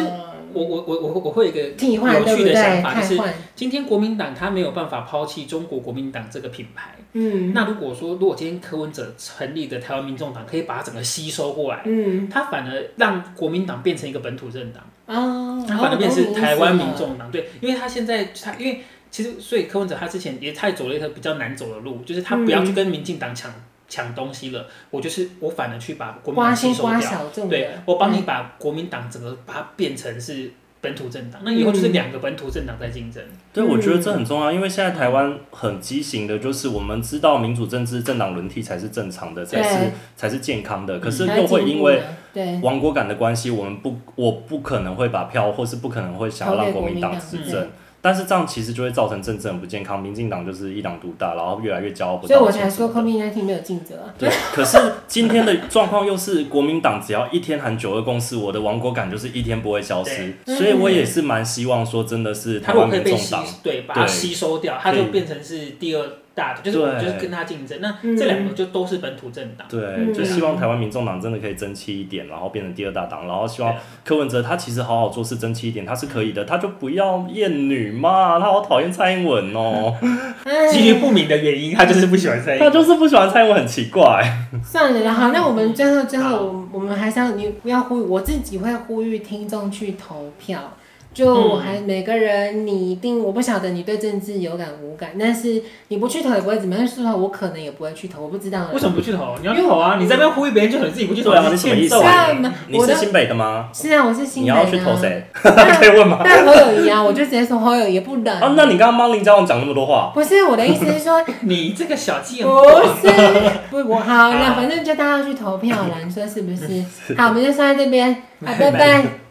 Speaker 2: 我我我我我会有一个
Speaker 1: 替换
Speaker 2: 有
Speaker 1: 对不
Speaker 2: 趣
Speaker 1: 对？
Speaker 2: 的想法，
Speaker 1: 太
Speaker 2: 就是
Speaker 1: 换，
Speaker 2: 今天国民党他没有办法抛弃中国国民党这个品牌。
Speaker 1: 嗯
Speaker 2: 那如果说，如果今天柯文哲成立的台湾民众党可以把它整个吸收过来，
Speaker 1: 嗯
Speaker 2: 他反而让国民党变成一个本土政党。
Speaker 1: 啊，
Speaker 2: 他反而变是台湾民众党，对，
Speaker 1: 哦
Speaker 2: 因为他现在他因为其实所以柯文哲他之前也太走了一条比较难走的路，就是他不要去跟民进党抢抢东西了，我就是我反而去把国民
Speaker 1: 刮
Speaker 2: 党吸
Speaker 1: 心
Speaker 2: 收
Speaker 1: 刮
Speaker 2: 掉，
Speaker 1: 小这种
Speaker 2: 对
Speaker 1: 的，
Speaker 2: 我帮你把国民党整个把它变成是本土政党，那以
Speaker 1: 嗯
Speaker 2: 后就是两个本土政党在竞争，
Speaker 3: 对，我觉得这很重要，因为现在台湾很畸形的，就是我们知道民主政治政党轮替才是正常的，才
Speaker 1: 对
Speaker 3: 是才是健康的，可是
Speaker 1: 嗯
Speaker 3: 又会因为
Speaker 1: 还有进步呢对
Speaker 3: 亡国感的关系，我们不我不可能会把票，或是不可能会想要
Speaker 1: 投给
Speaker 3: 让国
Speaker 1: 国民
Speaker 3: 民党
Speaker 1: 党
Speaker 3: 执
Speaker 1: 嗯
Speaker 3: 政，但是这样其实就会造成政治很不健康，民进党就是一党独大，然后越来越骄傲不
Speaker 1: 所以
Speaker 3: 到
Speaker 1: 我
Speaker 3: 歉
Speaker 1: 才说
Speaker 3: 什么的
Speaker 1: COVID 1 9没有尽责啊。
Speaker 3: 对，可是今天的状况又是国民党只要一天喊九二共识，我的亡国感就是一天不会消失，
Speaker 1: 对
Speaker 3: 所以我也是蛮希望说真的是
Speaker 2: 他
Speaker 3: 台
Speaker 2: 如果
Speaker 3: 湾
Speaker 2: 可以
Speaker 3: 民
Speaker 2: 被
Speaker 3: 众
Speaker 2: 吸
Speaker 3: 党，
Speaker 2: 对，把它
Speaker 3: 对
Speaker 2: 吸收掉，他
Speaker 3: 可以
Speaker 2: 就变成是第二大的，就是我们
Speaker 3: 对
Speaker 2: 就是跟他竞争。那
Speaker 1: 嗯
Speaker 2: 这两个就都是本土政党，
Speaker 3: 对，
Speaker 1: 嗯
Speaker 3: 就希望台湾民众党真的可以争气一点，然后变成第二大党，然后希望柯文哲他其实好好做事，争气一点，他是可以
Speaker 1: 嗯
Speaker 3: 的，他就不要厌女嘛，他好讨厌蔡英文哦，
Speaker 1: 哎
Speaker 2: 基于不明的原因，他就是不喜欢蔡英
Speaker 3: 他
Speaker 2: 文。
Speaker 3: 就是不喜欢蔡英文，很奇怪。
Speaker 1: 算了啦，好，那我
Speaker 3: 嗯
Speaker 1: 们最后最后，我我们还是要你不要呼吁，我自己会呼吁听众去投票。就
Speaker 2: 嗯
Speaker 1: 还每个人，你一定我不晓得你对政治有感无感，但是你不去投也不会怎么样。说实话，我可能也不会去投，我不知道啦。
Speaker 2: 为什么不去投？你要去投啊！你在那边呼吁别人就很自己不去投，
Speaker 3: 对啊，你什么
Speaker 2: 欠
Speaker 3: 意思
Speaker 2: 揍
Speaker 1: 啊？
Speaker 3: 啊？你
Speaker 1: 我
Speaker 3: 是
Speaker 1: 的
Speaker 3: 新北的吗？
Speaker 1: 是啊，我是新
Speaker 3: 你
Speaker 1: 人啊。
Speaker 3: 要去 投谁？
Speaker 1: 但
Speaker 3: 可以问吗？
Speaker 1: 但侯友谊啊，我就直接说侯友谊不冷。
Speaker 3: 啊，那你刚刚帮林佳龙讲那么多话，
Speaker 1: 不是我的意思是 说，
Speaker 2: 你这个小贱货！
Speaker 1: 不是， 不，我 好，那反正就大家去投票啦，你说是不是？好，我们就说到这边，好，拜拜。